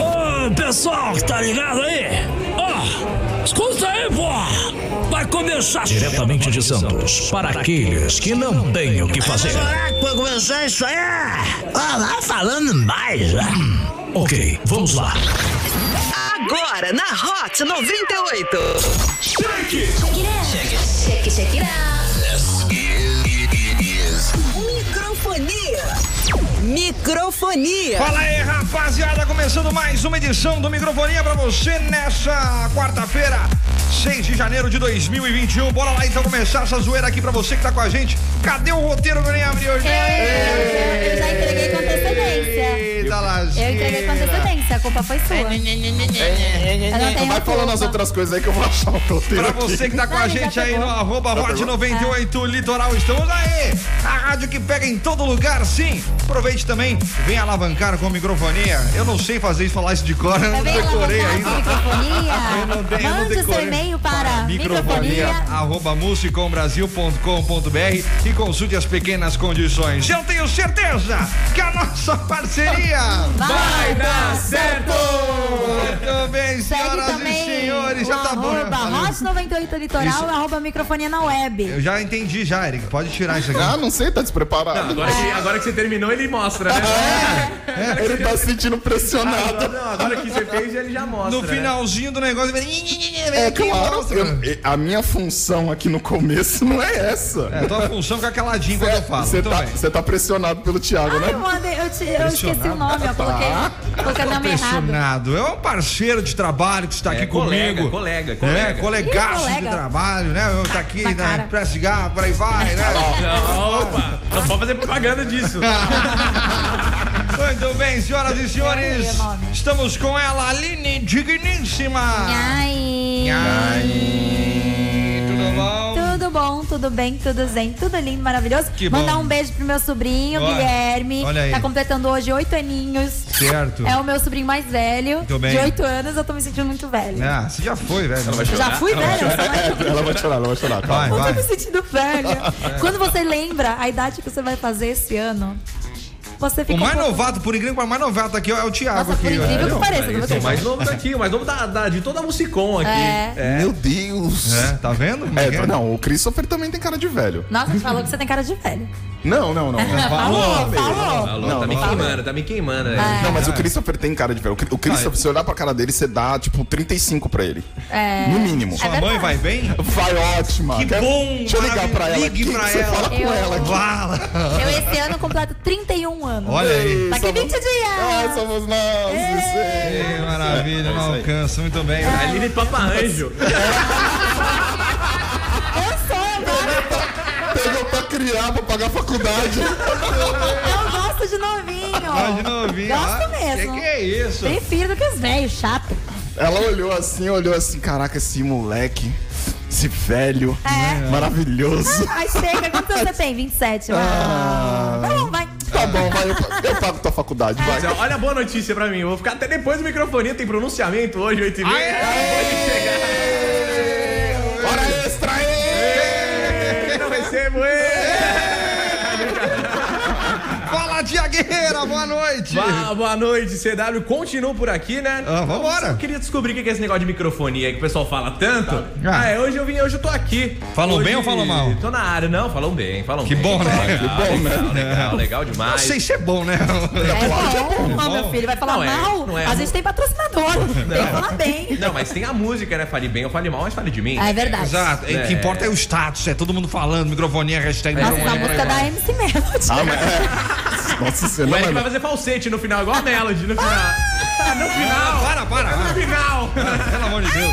Ô, pessoal que tá ligado aí, ó, escuta aí, pô. Vai começar Diretamente de Santos, para aqueles que não têm o que fazer. Será que vai começar isso aí? Ah, lá falando mais. ah. Ok, vamos lá. Agora na Hot 98. Check, check it out. Microfonia. Microfonia. Fala aí, rapaziada, começando mais uma edição do Microfonia pra você nessa quarta-feira, 6 de janeiro de 2021. Bora lá então começar essa zoeira aqui pra você que tá com a gente. Cadê o roteiro do Nem Abri hoje? né? Eu, eu já entreguei com antecedência. Eita, É, Eu entreguei com antecedência, a culpa foi sua. Eu não tenho Vai falando as culpa. outras coisas aí que eu vou achar o roteiro Pra aqui. você que tá com Não, a já gente aí pegou. Ah. no arroba Hot 98 Litoral, estamos aí! A rádio que pega em todo lugar, sim! Aproveite também, vem alavancar com microfonia. Eu não sei fazer isso, falar isso de cor, eu não Eu venho decorei alavancar ainda. microfonia. Eu não tenho, eu não Mande o seu decorei. e-mail para microfonia. arroba musicombrasil.com.br e consulte as pequenas condições. Eu tenho certeza que a nossa parceria Vai dar certo! Muito bem, Segue senhoras e também senhores, o já tá bom. né? arroba Valeu. Hot 98 Litoral, Isso. arroba microfonia na web. Eu já entendi já, Eric, pode tirar isso aqui. Ah, não sei, tá despreparado. Agora que, agora que você terminou, ele mostra, né? Ele tá se sentindo Agora, pressionado. não, agora que você fez, ele já mostra. No né? finalzinho do negócio, vem É aqui, claro, mostra. eu- eu- a minha função aqui no começo não é essa. É, tua função fica caladinho quando eu falo. Você Muito tá, bem. você tá pressionado pelo Thiago, Ah, eu, né? mandei, eu, te- eu esqueci o nome, eu coloquei, Tá. coloquei o nome errado. Impressionado. É um parceiro de trabalho que está É, aqui colega, comigo. colega, É, colega. colegaço Ih, colega. de trabalho, né? Eu tá aqui Tá na cara. Express Cigarro, por aí vai, né? Não, opa, não pode fazer propaganda disso. Muito bem, senhoras e senhores. Eu não lembro. Estamos com ela, Aline Digníssima. Ai. Ai, tudo bom? Tudo bom, tudo bem, tudo zen, tudo lindo, maravilhoso. Que Mandar bom. um beijo pro meu sobrinho, Olha, Guilherme. olha aí. Tá completando hoje oito aninhos. Certo. É o meu sobrinho mais velho. Muito bem. De oito anos, eu tô me sentindo muito velho. Ah, você já foi, velho. Já fui velho, eu sou mais- É, Ela vai chorar, ela vai chorar. Vai, Calma. eu tô Ah, vai. me sentindo velha. Quando você lembra a idade que você vai fazer esse ano, você fica. O um mais pouco- novato, por incrível, o mais novato aqui é o Thiago Nossa, por aqui. ó. incrível que pareça, não Isso, vou o mais novo tá aqui, o mais novo tá, da- de toda a Musicom aqui. É. Meu Deus. É, tá vendo? como É, que tá- não, o Christopher também tem cara de velho. Nossa, te falou que você tem cara de velho. Não, não, não. Falou, falou. Alô, Não, tá me não. queimando, tá me queimando. né? Não, mas o Christopher tem cara de velho. O Cri- O Christopher, se você olhar pra cara dele, você dá, tipo, 35 pra ele. É. No mínimo. Sua mãe verdade. vai bem? Vai ótima. Que bom, Deixa eu ligar pra ela. maravilha. O que Ligue que pra você ela. fala com Eu- ela aqui? Fala! Eu esse ano completo 31 anos. Olha aí. Daqui Só- 20 dias. Ai, somos nós. você. É Que É maravilha, não alcança, muito bem. Aline Papa Anjo. Eu sou, eu gosto. Pegou pra criar, pra pagar a faculdade. Eu gosto de novinho. Vai de novinho. Gosto ah, mesmo. Que que é isso? Prefiro do que os velhos, chato. Ela olhou assim, olhou assim, caraca, esse moleque, esse velho, né, É. maravilhoso. Ai, chega. Quantos anos você tem? 27. Ah. Tá bom, vai. Tá bom, vai, eu, eu pago tua faculdade, vai. Então, Olha a boa notícia pra mim. Eu vou ficar até depois do microfone. Tem pronunciamento hoje, 8 e meia. Hora extra aí! Não recebo ele. Fala, Tia Guerreira, boa noite. Boa, boa noite, CW. Continuo por aqui, né? Ah, vambora. Eu queria descobrir o que é esse negócio de microfonia aí que o pessoal fala tanto. Ah. Ah, é, hoje eu vim, hoje eu tô aqui. Falam Hoje bem ou falam mal? Tô na área, não, falam bem, falam Que bem. bom, né? Que Legal, bom, né? legal, legal, É. legal Não demais. sei se é bom, né? É bom, bom. meu filho. Vai falar Não é, mal? não é. A gente tem patrocinador. Tem que falar bem. Não, mas tem a música, né? Fale bem ou fale mal, mas fale de mim. É verdade. Exato. E O que É. importa é o status, é todo mundo falando, microfonia, hashtag Nossa, essa microfonia. é. música da MC Melody. Ah, mas é. Nossa, você O não Eric é. vai fazer falsete no final, igual a Melody no final. Ah, no Ah, final! para, para. No para. final! Pelo amor de Deus.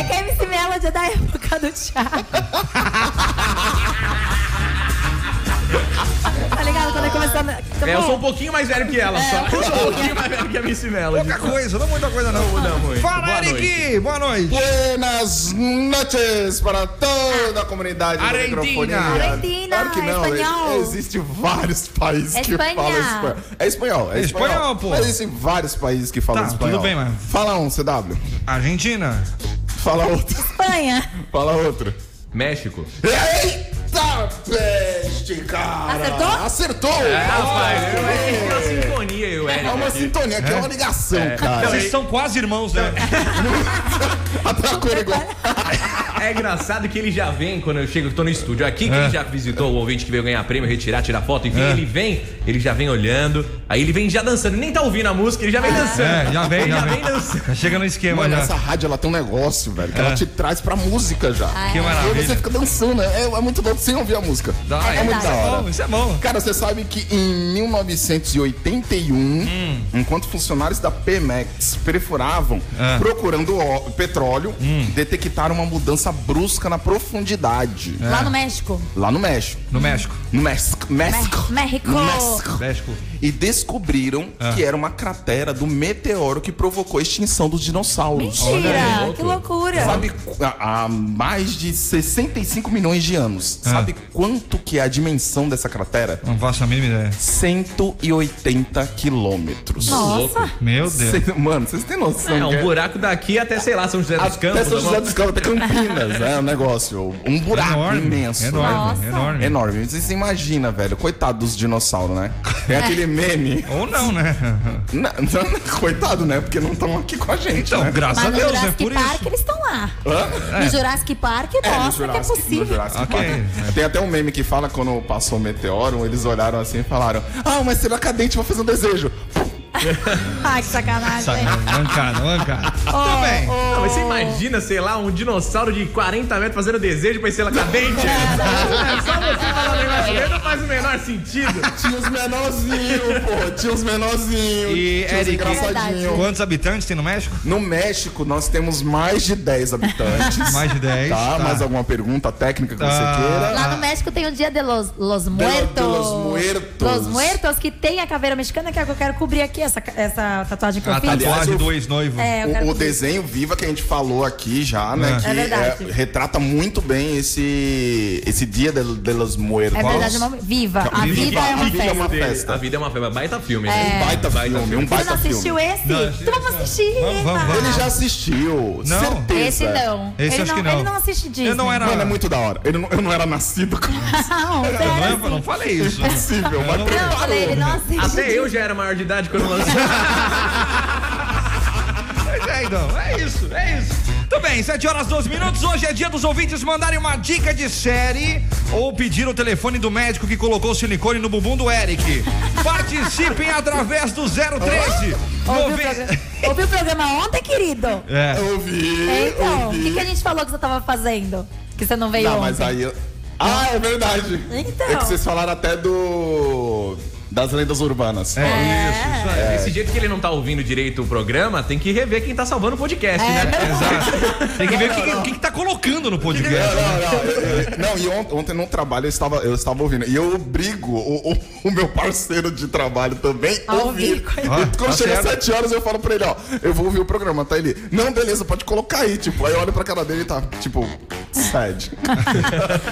É que a MC Melody é da época do Thiago. tá ligado? Quando eu começando... É, eu sou um pouquinho mais velho que ela, só. Eu sou um pouquinho mais velho que a Miss Melody. Pouca Ah, coisa, não muita coisa não. Não, muito. Fala, Boa Eric, boa noite. Buenas noches para toda a comunidade do Argentina. microfonia. Argentina, Claro que não, espanhol. Existe vários países Espanha. que falam espanhol. É espanhol, é espanhol. Espanhol, pô. Mas existem vários países que falam Tá, tudo espanhol. bem, mas- Fala um, CW. Argentina. Fala outro. Espanha. Fala outro. México. Eita peste, cara! Acertou? Acertou! é É, rapaz, eu acho que é uma sinfonia, eu, Eric. É uma uma sintonia, aqui é uma ligação, cara. Vocês são quase irmãos, né? Atracou o negócio. É engraçado que ele já vem quando eu chego, eu tô no estúdio aqui, que ele já visitou o ouvinte que veio ganhar prêmio, retirar, tirar foto, enfim, ele vem, ele já vem olhando, aí ele vem já dançando, nem tá ouvindo a música, ele já vem dançando. É, já vem, Ele já já vem. vem dançando. Já Chega no esquema, Mano, já. essa rádio ela tem um negócio, velho, que ela É. te traz pra música já. Que E aí maravilha. você fica dançando, é, é muito louco sem ouvir a música. Dá, é muito da verdade. hora. Bom, isso é bom. Cara, você sabe que em 1981, enquanto funcionários da Pemex perfuravam Ah. procurando ó- petróleo, detectaram uma mudança brusca na profundidade Lá no México. lá no México. No México. No México. México. México. No México. México. E descobriram que era uma cratera do meteoro que provocou a extinção dos dinossauros. Mentira, que loucura. Sabe qu- há há mais de 65 milhões de anos. Sabe quanto que é a dimensão dessa cratera? Não faço a mínima ideia. 180 quilômetros. Nossa. Meu Deus. Cê- mano, vocês têm noção? É, um que buraco né? daqui até, sei lá, São José dos Até Campos. São José alguma- dos Campos, até Campinas, é um negócio. Um Tá buraco imenso. né? Enorme, Nossa. enorme. Enorme. Você imagina, velho. Coitado dos dinossauros, né? É aquele meme. Ou não, né? Na- na- coitado, né? Porque não estão aqui com a gente. Então, né? graças a Mas no Deus, é Jurassic por Park isso. eles estão lá. Hã? No Jurassic Park no mostra que é Jurassic- no possível. Jurassic Ok. Park. Tem até um meme que fala quando passou o meteoro, eles olharam assim e falaram: Ah, uma estrela cadente, vou fazer um desejo. Ai, que sacanagem. né? Mancada, mancada. Tá bem. Não, Ah, mas você imagina, sei lá, um dinossauro de 40 metros fazendo desejo pra estrela cadente? É, só você falar um negócio dele não faz o menor sentido. Tinha os menorzinhos, pô. Tinha os menorzinhos. E, tinha os Eric, engraçadinhos. Quantos habitantes tem no México? É No México, nós temos mais de 10 habitantes. Mais de 10. Tá, mais alguma pergunta técnica que Tá. você queira? Lá no México tem o Dia de los, los Muertos. de los Muertos. Los Muertos, que tem a caveira mexicana, que é a que eu quero cobrir aqui, essa, essa tatuagem que eu A fiz. Aliás, tatuagem eu- do ex-noivo. É, eu quero O, o cobrir. desenho viva que a gente falou aqui já, né? É. Que É verdade. é, retrata muito bem esse, esse dia de, de los muertos. É verdade, o nome... Viva. A Viva. vida é uma A vida é uma festa. festa. A vida é uma festa, baita filme, Um né? baita, filme, um Você não baita filme. assistiu esse? Não, então vamos assistir. Vamos, vamos, Eva. vamos. Ele já assistiu, Não. certeza. Esse não. Esse ele, acho não que não. ele não assiste Disney. Eu não era. Mano, é muito da hora. Ele não- eu não era nascido com isso. é Não, você Eu era não, assim. eu não falei isso. Possível, mas não- Não, eu preparou. falei, ele não assiste um Até Disney. eu já era maior de idade quando lançou. Pois é, então. É isso, é isso. Tudo bem, 7 horas 12 minutos. Hoje é dia dos ouvintes mandarem uma dica de série ou pedir o telefone do médico que colocou silicone no bumbum do Eric. Participem através do 013. Ouviu o, Noven- programa, ouviu o programa ontem, querido? É. Eu ouvi. Então, o ouvi. que, que a gente falou que você tava fazendo? Que você não veio Não, ontem? mas aí. eu- Ah, é verdade. Então. É que vocês falaram até do. Das lendas urbanas. É isso, isso aí. Desse jeito que ele não tá ouvindo direito o programa, tem que rever quem tá salvando o podcast, É, né? Exato. Tem que ver o que, que, que tá colocando no Não, podcast. não, não. Eu- eu- Não, e ont- ontem no trabalho eu estava, eu estava ouvindo. E eu obrigo o, o- o meu parceiro de trabalho também a A ouvir. ouvir, Ah, E tá quando chega às certo. 7 horas, eu falo pra ele, ó, eu vou ouvir o programa, tá? Ele, não, beleza, pode colocar aí. Tipo, aí eu olho pra cara dele e tá, tipo, sad.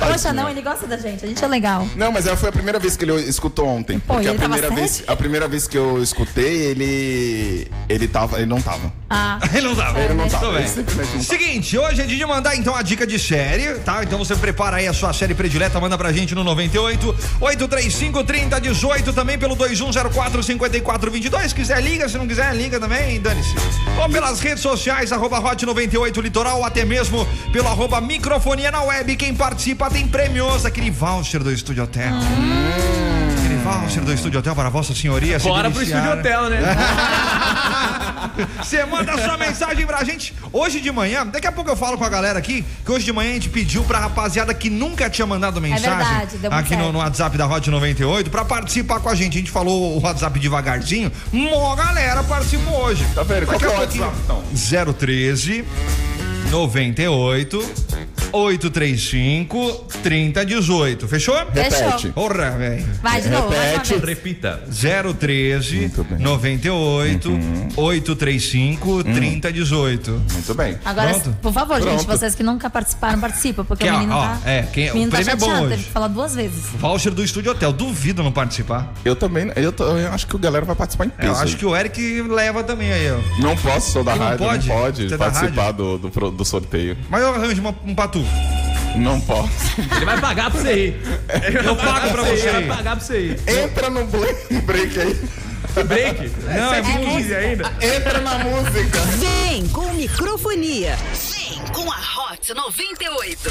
Poxa, não, ele gosta da gente. A gente é legal. Não, mas ela foi a primeira vez que ele escutou ontem. Pô, porque e a ele tava primeira, vez, sad? a primeira vez que eu escutei, ele. Ele tava. Ele não tava. Ah, Ele não tava. Ele não Tudo tava. bem. Ele simplesmente não tava. Seguinte, hoje é dia de mandar então a dica de série, tá? Então você prepara aí a sua série predileta, manda pra gente no 98 835 3018, também pelo 2104 5422. Quiser liga, se não quiser liga também, e dane-se. Ou pelas redes sociais, arroba Hot 98 Litoral, ou até mesmo pelo arroba Microfonia na web. Quem participa tem prêmios, aquele voucher do Estúdio Hotel. Hum. Aquele voucher do Estúdio Hotel para Vossa Senhoria. se Bora pro deliciar. estúdio hotel, né? Você manda sua mensagem pra gente hoje de manhã. Daqui a pouco eu falo com a galera aqui que hoje de manhã a gente pediu pra rapaziada que nunca tinha mandado mensagem É verdade, deu muito aqui no, certo. no WhatsApp da Hot 98 pra participar com a gente. A gente falou o WhatsApp devagarzinho. Mó galera participou hoje. Tá vendo? Qual Daqui que a é o pouquinho. WhatsApp, então? 013 98 835 3018. Fechou? fechou. Repete. Porra, velho. Vai de novo, mais uma É. vez. Repita. 013 Muito bem. Uhum. 98 835 3018. Muito um bem. Agora, Pronto. por favor, gente, Pronto. vocês que nunca participaram, participam, porque Quem, o ó, menino ó, tá. é, quem- o menino o tá prêmio é bom chateado, hoje. teve que falar duas vezes. Voucher do Estúdio Hotel, duvido não participar. É, Eu também. Eu, tô- eu acho que o galera vai participar em peso. Eu acho que o Eric leva também aí, ó. Não posso, sou da Não rádio, pode? não pode Você é da participar do, do, pro- do sorteio. Mas eu arranjo uma- um patu. Não posso. Ele vai pagar pra você ir. Eu pago pra você Ele vai ir. pagar pra você ir. Entra no bla- break aí. Que break? Não, é Sete e música. quinze né, ainda. Entra na música. Vem com microfonia. Vem com a Hot 98.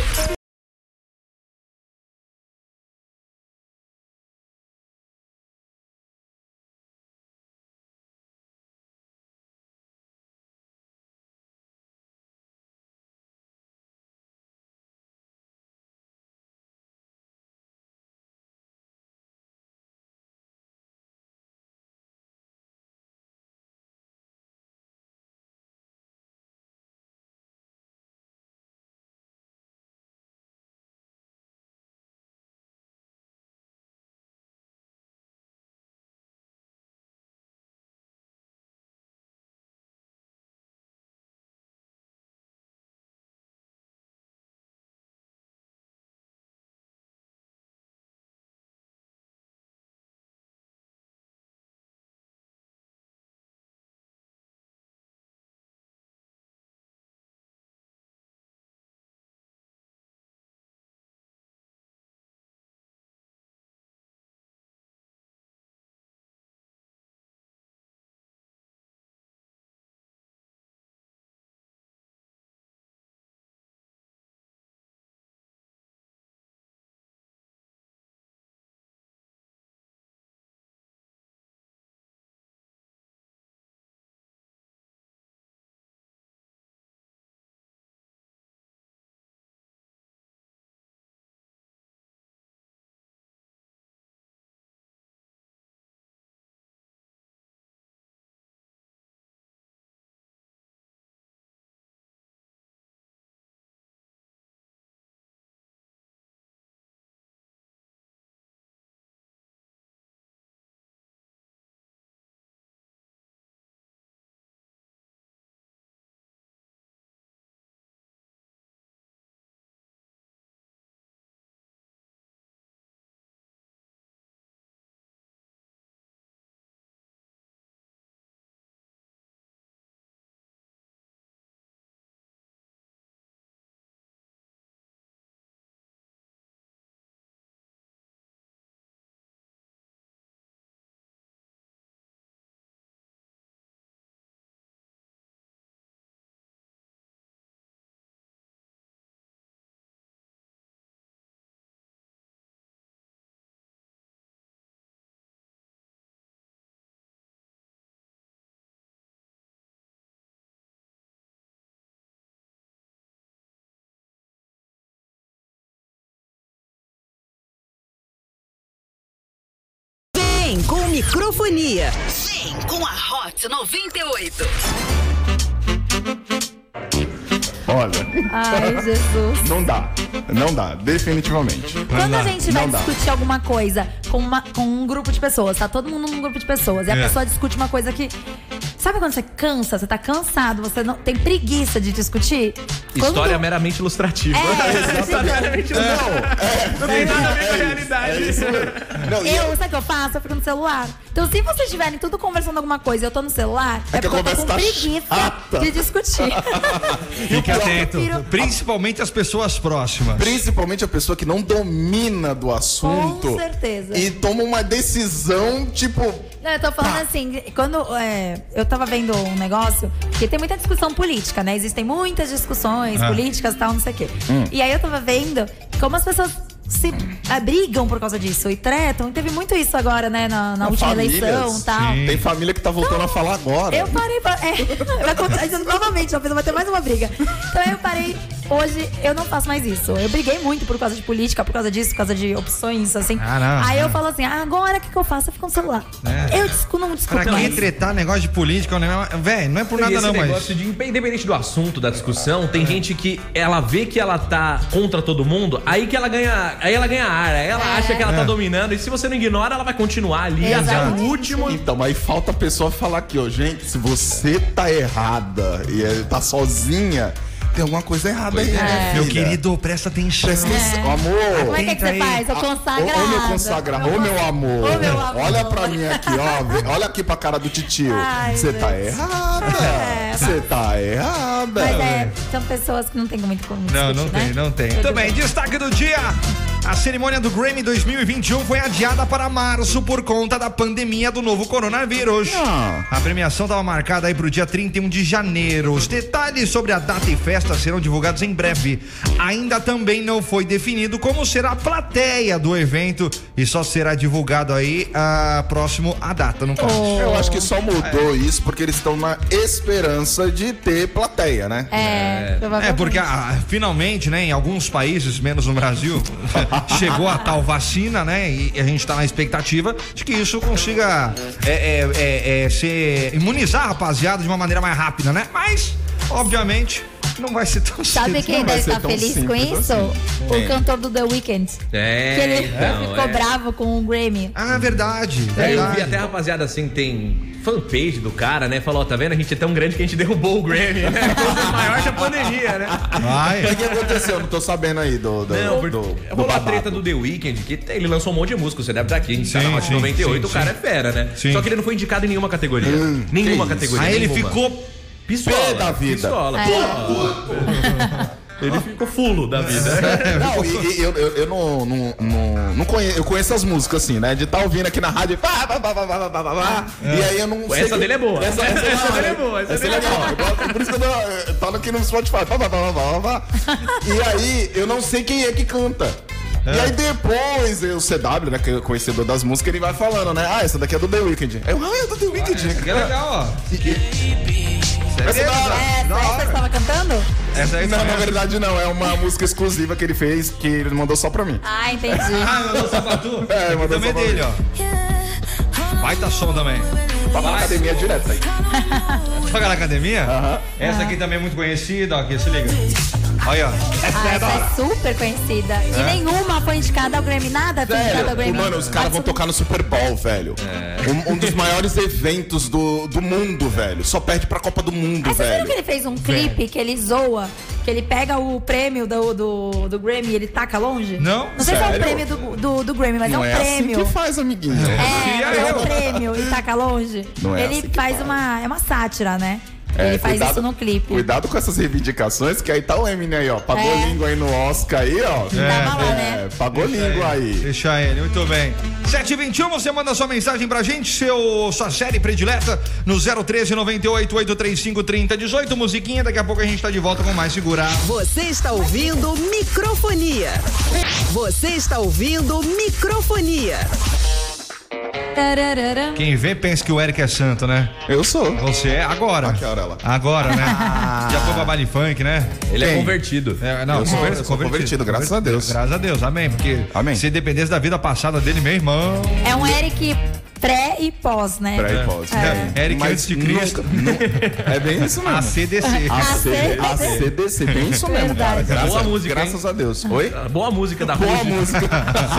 Vem com microfonia. Vem com a Hot 98. Olha, Ai, Jesus. não dá. Não dá, definitivamente. Quando a gente vai Não dá. discutir alguma coisa com, uma- com um grupo de pessoas, tá todo mundo num grupo de pessoas, e a É. pessoa discute uma coisa que. Sabe quando você cansa, você tá cansado, você não tem preguiça de discutir? Quando- História meramente ilustrativa. É, História meramente ilustrativa. Não tem nada a ver com a realidade. Não, e Eu, sabe o que eu faço? Eu fico no celular. Então, se vocês estiverem tudo conversando alguma coisa e eu tô no celular, é, É que a porque eu tô conversa com tá preguiça chata. de discutir. Fique Eu atento. prefiro- Principalmente as pessoas próximas. Principalmente a pessoa que não domina do assunto. Com certeza. E toma uma decisão, tipo. Não, eu tô falando assim, quando é, eu tava vendo um negócio, porque tem muita discussão política, né? Existem muitas discussões Ah. políticas e tal, não sei o quê. Hum. E aí eu tava vendo como as pessoas se ah, brigam por causa disso e tretam. E teve muito isso agora, né, na, na última famílias. eleição e tal. Então, Tem família que tá voltando a falar agora. Eu parei pra. É, vai acontecer novamente, talvez vai ter mais uma briga. Então eu parei. Hoje eu não faço mais isso. Eu briguei muito por causa de política, por causa disso, por causa de opções, assim. Ah, não, Aí eu não. falo assim: ah, agora o que, que eu faço? Eu fico no celular. É. Eu discu- não discuto Pra que mais. tretar negócio de política? Véi, não é por nada esse não, mas. negócio de independente do assunto, da discussão, tem gente que ela vê que ela tá contra todo mundo, aí que ela ganha, aí ela ganha ar, aí ela acha que ela tá dominando, e se você não ignora, ela vai continuar ali É, até Exatamente. o último. Então, mas aí falta a pessoa falar aqui, ó, gente, se você tá errada e é, tá sozinha, tem alguma coisa errada aí, né, é. Meu filha? querido, presta atenção. Presta atenção, amor. É. Ah, Como é que, é que você Tenta aí. Ah, faz? Eu consagrado. Ô, ô, meu consagrado, ô meu amor. Ô, meu amor. Olha pra mim aqui, ó. vem- Olha aqui pra cara do titio. Ai, Você tá gente. errada. É. Você tá errada. Mas é, são pessoas que não têm muito como Não, discutir, é. não tem, né? não tem. Tudo Também, bem. destaque do dia: A cerimônia do Grammy 2021 foi adiada para março por conta da pandemia do novo coronavírus. Ah. A premiação estava marcada aí para o dia 31 de janeiro. Os detalhes sobre a data e festa serão divulgados em breve. Ainda também não foi definido como será a plateia do evento e só será divulgado aí ah, próximo à data, não pode. Eu acho que só mudou isso porque eles estão na esperança de ter plateia, né? É, provavelmente. É, porque ah, finalmente, né, em alguns países, menos no Brasil, chegou a tal vacina, né? E a gente tá na expectativa de que isso consiga é, é, é, é, ser imunizar a rapaziada de uma maneira mais rápida, né? Mas, obviamente, não vai ser tão Sabe cedo. quem vai deve ser estar tão feliz com simples isso? assim. O Quem? cantor do The Weeknd. É, que ele então, ficou é. bravo com o Grammy. Ah, verdade. É, eu verdade. vi até a rapaziada assim, tem fanpage do cara, né? Falou, ó, tá vendo? A gente é tão grande que a gente derrubou o Grammy, né? Foi maior que a pandemia, né? O que, Vai. que aconteceu? Não tô sabendo aí do. do Não, do, porque do, rolou a babado. treta do The Weeknd, que te- ele lançou um monte de música, você deve estar aqui, em Sim, Sarah Hot sim, 98, sim, o sim. cara é fera, né? Sim. Só que ele não foi indicado em nenhuma categoria. Hum, nenhuma que isso. categoria. Aí ele nenhuma. ficou. pistola pé da vida. Pistola, É. Ele ficou fulo da vida. Não, e, e eu, eu, eu não, não, não, não conheço, eu conheço as músicas assim, né? De tá ouvindo aqui na rádio, pá, pá, pá, pá, pá, pá, pá, pá, e aí eu não sei. Essa dele é boa. Essa, essa, Essa não, dele é boa, essa Essa, dele é boa. Eu gosto- Por isso que eu, tô, eu tava aqui no Spotify, pá, pá, pá, pá, pá, pá, pá. E aí eu não sei quem é que canta. E aí depois eu- o CW, né, que é o conhecedor das músicas, ele vai falando, né? Ah, essa daqui é do The Weeknd. Eu, ah, é do The Weeknd. Que legal, ó. Essa é da hora. É, Da essa hora. que você tava cantando? Essa aí é Não, na não. verdade não, é uma música exclusiva que ele fez, que ele mandou só pra mim. Ah, entendi. Ah, mandou só pra tu? É, Aqui mandou também só pra dele, mim. ó. Baita som também. Tá na academia direto aí. Toca na academia? Essa aqui também é muito conhecida, ó. Aqui, se liga. Olha, ó. Ah, essa é super conhecida. E nenhuma foi indicada ao Grammy, nada foi indicada ao Grammy. Velho, mano, É? os caras vão tocar no Super Bowl, velho. Um, um dos maiores eventos do, do mundo, velho. Só perde pra Copa do Mundo, Mas você viu velho. que ele fez um clipe que ele zoa, que ele pega o prêmio do, do, do Grammy e ele taca longe? Não? Não sei se é o Sério? prêmio do, do, do Grammy, mas Não é um é assim prêmio. que faz, amiguinho. É, Queria mas é eu. um prêmio e taca longe. Não é ele assim que faz faz. uma. É uma sátira, né? É, ele faz cuidado- isso no clipe. Cuidado com essas reivindicações, que aí tá o Eminem aí, ó. Pagou É. língua aí no Oscar aí, ó. Tava lá, né? É, pagou língua aí. Deixa ele, muito bem. 721, você manda sua mensagem pra gente, seu, sua série predileta no 013 98 835 3018. Musiquinha, daqui a pouco a gente tá de volta com mais segurar. Você está ouvindo microfonia. Você está ouvindo microfonia. Tararara. Quem vê pensa que o Eric é santo, né? Eu sou. Você é agora. A que hora ela? Agora, né? Já foi pra baile funk, né? Ele é Quem? convertido. É, não, Eu sou- conver- eu sou convertido, graças a Deus. Graças a Deus, amém. Porque Amém. se dependesse da vida passada dele, meu irmão. É um Eric pré e pós, né? Peraí, pause. É. Eric antes de Cristo. nunca- nu- é bem isso mesmo. A CDC. Ah, ACDC. ACDC, bem isso mesmo, cara. Verdade. Graças, Boa música, hein? Graças a Deus. Oi? Ah, Boa música da Boa Ruge. música. A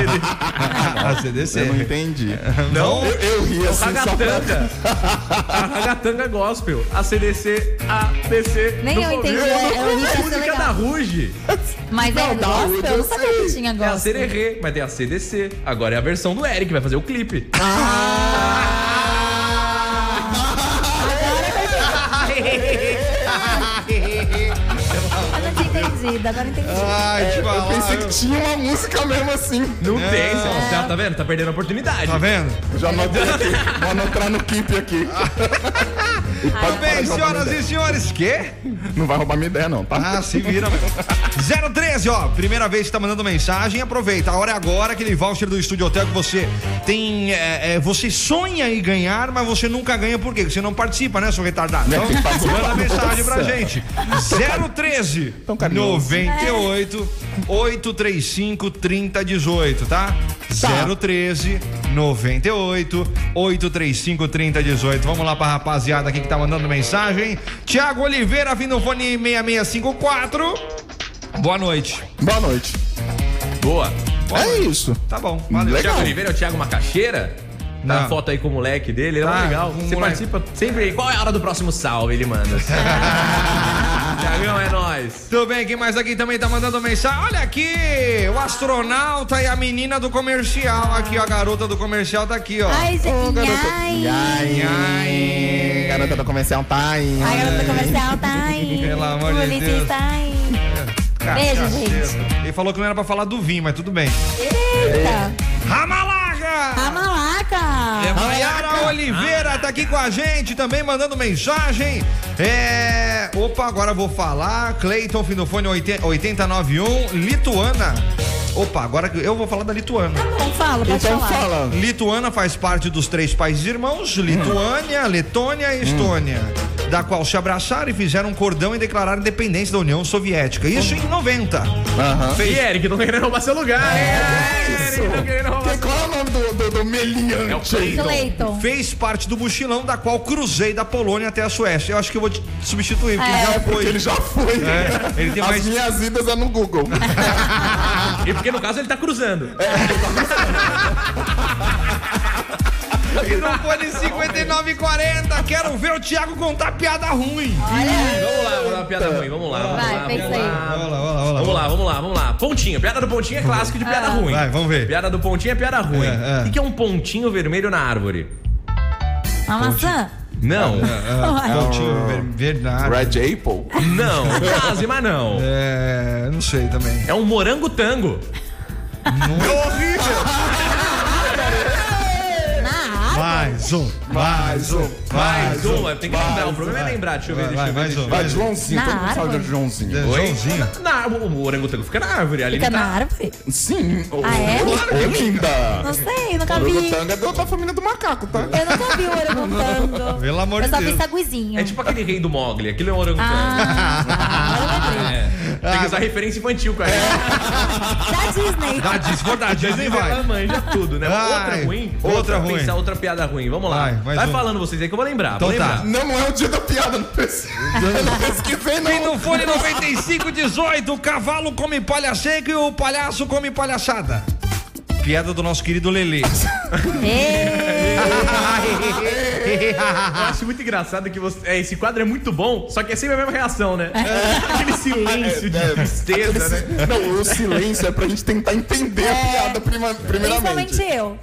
CDC. ah, Eu não entendi. Não? Eu, eu É ri assim só pra... Ragatanga. A Ragatanga Gospel. A CDC, a DC. Nem eu entendi, é, eu ri, A essa é música legal. da Ruge. Mas é da gospel? onde Eu eu não sabia que sei. tinha É a gospel. CDR, mas tem a CDC. Agora é a versão do Eric, vai fazer o clipe. Ah! Eu não tinha entendido, agora entendi. Ai, te É, Eu falar. pensei que tinha uma música mesmo assim. Não tem, você tá vendo? Tá perdendo a oportunidade. Né? Tá vendo? Já anotei aqui. Vou anotar no keep aqui. E pode parar Bem, de roubar senhoras minha e senhores, quê? ideia. Não vai roubar minha ideia, não, tá? Ah, se vira, meu. 013, ó. Primeira vez que tá mandando mensagem, aproveita. A hora é agora, aquele voucher do Estúdio Hotel que você tem. é, é, você sonha em ganhar, mas você nunca ganha por quê? Porque você não participa, né, seu retardado? Né, tem que Então, participar. manda mensagem pra Nossa. gente. 013 Tão carinhoso. 98 835 3018, tá? 013 98 835 3018. Vamos lá pra rapaziada aqui que tá mandando mensagem. Tiago Oliveira, vindo no fone 6654. Boa noite. Boa noite. Boa. É isso. Tá bom, valeu. Legal. Thiago Oliveira é o Thiago Macaxeira? Tá Não. a foto aí com o moleque dele, ele é Tá, muito legal. com o Você moleque. participa sempre aí. Qual é a hora do próximo salve? Ele manda. Thiagão, é nóis. Tudo bem, quem mais aqui também tá mandando mensagem? Olha aqui, o astronauta e a menina do comercial. Aqui, ó, a garota do comercial tá aqui, ó. Ai, gente. E aí, Ai. garota do comercial tá aí. A garota comercial tá aí. Pelo amor de O Ulisses Deus. tá aí. Beijo, gente. Ele falou que não era pra falar do vinho, mas tudo bem. Eita! Ramalaga! A malaca! É, Maiara Oliveira tá aqui com a gente também, mandando mensagem. É. Opa, agora eu vou falar. Cleiton Finofone 80- 8091, Lituana. Opa, agora eu vou falar da Lituana. Não Tá fala, pode Então falar. fala. Lituana faz parte dos três países irmãos, Lituânia, Letônia e Estônia, da qual se abraçaram e fizeram um cordão e declararam independência da União Soviética. Isso em 90. Aham. E Eric, não querendo roubar seu lugar, É, hein? Isso. Eric, não querendo roubar Que- Qual é o nome do, do, do meliante aí? Cleiton. Fez parte do mochilão da qual cruzei da Polônia até a Suécia. Eu acho que eu vou te substituir, porque É, já porque foi. ele já foi. É, ele tem As mais- minhas idas é no Google. E porque no caso ele tá cruzando. É. E não foi de 5940. Quero ver o Thiago contar piada ruim. Vamos lá, vamos lá, piada ruim, vamos lá. Vamos Vai, lá, pensa vamos aí. lá. Olha lá, olha lá, olha lá. Vamos lá, vamos lá, vamos lá. Pontinho. Piada do pontinho é Ah. clássico de piada ruim. Vai, vamos ver. Piada do pontinho é piada ruim. É, é. O que que é um pontinho vermelho na árvore? Uma maçã? Não, É, Coutinho Ver- Bernardo. Red Apple? não, quase, mas não. É, não sei também. É um morango tango. É Mais um, mais um, Mais uma, tem que vai, lembrar. O problema é lembrar. Deixa eu ver, Vai, deixa vai, mais eu ver. deixa eu um. ver. Ah, Vai, Joãozinho. Na Todo mundo fala de árvore? Joãozinho. Oi? Joãozinho. Na, o, o orangotango fica na árvore ali. Fica ele na tá- árvore? Sim. Ô, Ah, é? Ô, linda. Não sei, nunca vi. Orangotanga é do- da família do macaco, tá? Eu nunca vi o orangotando. Pelo amor Eu de só vi Deus. saguizinho. É tipo aquele rei do Mogli, aquele é um orangotango. Ah, agora eu lembrei. É. Tem Ah, que usar referência infantil, é cara. Da Disney. Da Disney, vou da Disney, Ela vai. manja tudo, né? Vai. outra ruim? Outra ruim. ruim. Pensar outra piada ruim. Vamos lá. Vai, Vai, mais uma. falando vocês aí que eu vou lembrar. Então vou tá. lembrar. Não, não é o dia da piada, não precisa. Eu não pesquisei, E no não. fone 9518, o cavalo come palha seca e o palhaço come palhaçada. Piada do nosso querido Lelê. É, Ah, é. Eu acho muito engraçado que você- é, esse quadro é muito bom, só que é sempre a mesma reação, né? É. Aquele né, silêncio de É, é, tristeza, né? Não, o silêncio é pra gente tentar entender a piada prima- É. Principalmente primeiramente. eu.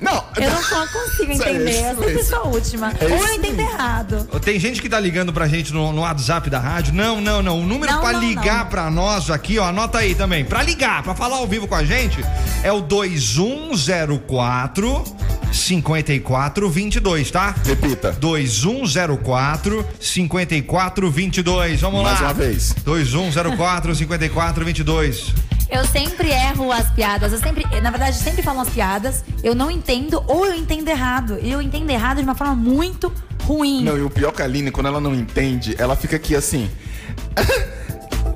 Não, Eu não só consigo Isso aí, entender. isso Essa é aí. só a última. É Ou isso eu entendo aí. errado. Tem gente que tá ligando pra gente no, no WhatsApp da rádio. Não, não, não. O número Não, pra não, ligar não. pra nós aqui, ó, anota aí também. Pra ligar, pra falar ao vivo com a gente, é o 2104 5422, tá? Repita. 2104 5422. Vamos Mais lá. uma vez. 2104 5422. Eu sempre erro as piadas. Eu sempre, na verdade, eu sempre falo as piadas. Eu não entendo ou eu entendo errado. E eu entendo errado de uma forma muito ruim. Não, e o pior é que a Aline, quando ela não entende, ela fica aqui assim.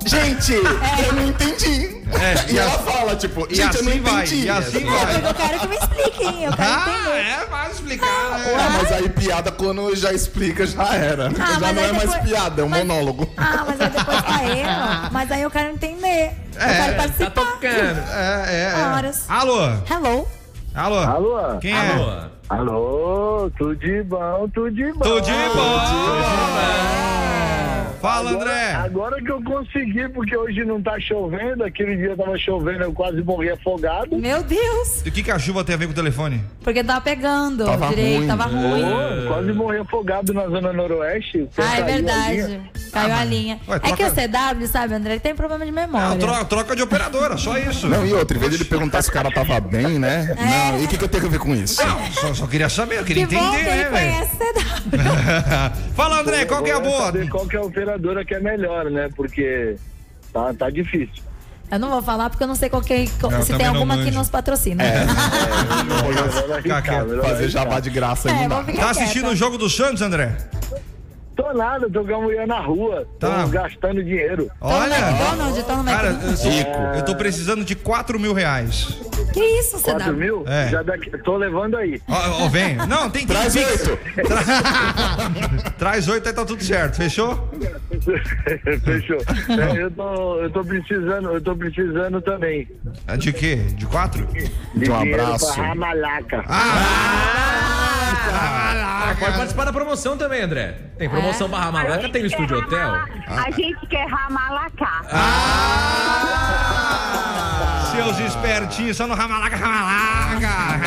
Gente, eu não entendi. É, e e ela fala, tipo, e gente, eu não assim vai, entendi. e assim Ah, vai. Eu quero que me expliquem. Eu quero Ah, entender. é, vai explicar. né? "Ah, mas aí piada quando já explica, já era. Ah, já mas não aí é mais depois- piada, é um mas- monólogo. Ah, mas aí depois tá erro. Mas aí eu quero entender. eu quero Tá participar. tocando. É, é, é. Ah, Horas. Alô? Hello. Alô? Alô? Quem é? Alô? Alô, tudo de bom, tudo de bom. Tô de boa. Fala, Agora, André. agora que eu consegui, porque hoje não tá chovendo, aquele dia tava chovendo, eu quase morri afogado. Meu Deus. E O que, que a chuva tem a ver com o telefone? Porque tava pegando Tava direito, ruim. tava ruim. Pô, Quase morri afogado na zona noroeste. Ah, é Caiu a linha. verdade. Caiu a linha. Ué, é que troca- o CW, sabe, André, ele tem problema de memória. Não, troca, troca de operadora, só isso. Não, e outra, em vez de ele perguntar se o cara tava bem, né? É. Não, e o que, que eu tenho a ver com isso? Não, só, só queria saber, eu que queria bom entender, que ele né, velho? conhece CW. Fala, André, qual que é a Agora boa? saber Qual que é a operadora que é melhor, né? Porque tá, tá difícil. Eu não vou falar porque eu não sei qual que, é, qual- Não, eu se também tem não alguma que manjo. É. nos patrocina. Então, Tá, Melhor arriscar, Cacá, melhor Fazer arriscar. jabá de graça É, aí não vamos dá. ficar Tá assistindo o quieta. jogo do Santos, André? Tô nada, tô com a mulher na rua. Tá. Tô gastando dinheiro. Tô no Olha. McDonald's, tô no Cara, McDonald's. eu tô, eu tô precisando de 4 mil reais. Que isso, 4 CW? mil? É. Já daqui, tô levando aí. Ó, ó, vem. Não, tem, tem Traz Pix. oito. Tra- Traz oito aí tá tudo certo, fechou? Fechou. É, eu, tô, eu tô precisando, eu tô precisando também. De quê? De quatro? De Um dinheiro abraço. Pra ramalaca. Ah, pode participar da promoção também, André. Tem É. promoção Ah, Barra Malaca, tem no estúdio hotel. A gente quer ramalacá. Ah! Seus espertinhos, só no ramalaca, ramalaca.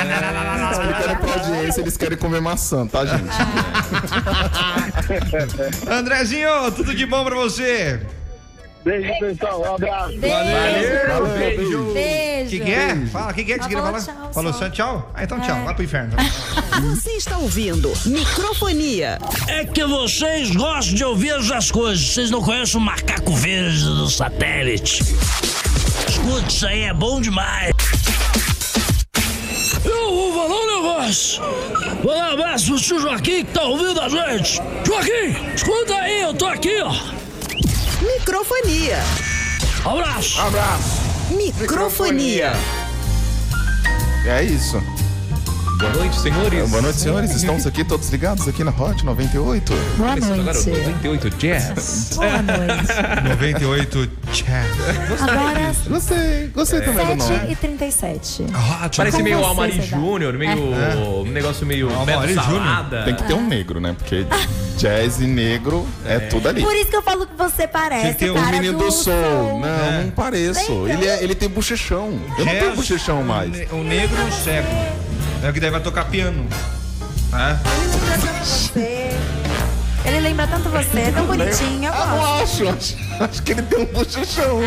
Explicando Ah. pra audiência, eles querem comer maçã, Ah. tá, gente? Andrezinho, tudo de bom pra você? Beijo, pessoal. Um abraço. Valeu, Valeu, beijo. Beijo. Que que é? Fala, que que é que você queria Ela falar? falou tchau Falou só. só tchau? Ah, então tchau, É. vai pro inferno. Você está ouvindo Microfonia. É que vocês gostam de ouvir essas coisas. Vocês não conhecem o macaco verde do satélite. Escuta, isso aí é bom demais. Eu vou falar um negócio. Vou dar um abraço pro tio Joaquim que tá ouvindo a gente. Joaquim, escuta aí, eu tô aqui, ó. Microfonia. Abraço. Abraço. Microfonia. É isso. Boa noite, senhores. Boa noite, senhores. Estamos aqui todos ligados aqui na Hot 98. Boa Começando agora o noite. 98 Jazz. Boa noite. 98 tchau. Agora, Gostei, É. gostei também é né? do nome. 7h37. Parece Com meio você, É. Almari Cedar. Júnior, meio. Um negócio meio. Almari Beto Júnior. Salada. Tem que Ah. ter um negro, né? Porque jazz e negro é, tudo ali. Por isso que eu falo que você Tem que ter parece um o cara O menino do sol. soul. Não, É. não pareço. Lembra? Ele, é- ele tem bochechão. Eu não tenho bochechão mais. é O negro e o cego. É o que daí vai tocar piano. É? Ele lembra tanto você. Ele lembra tanto você, é tão bonitinho. Eu Ah, gosto. não acho, acho. Acho que ele tem um bochechão.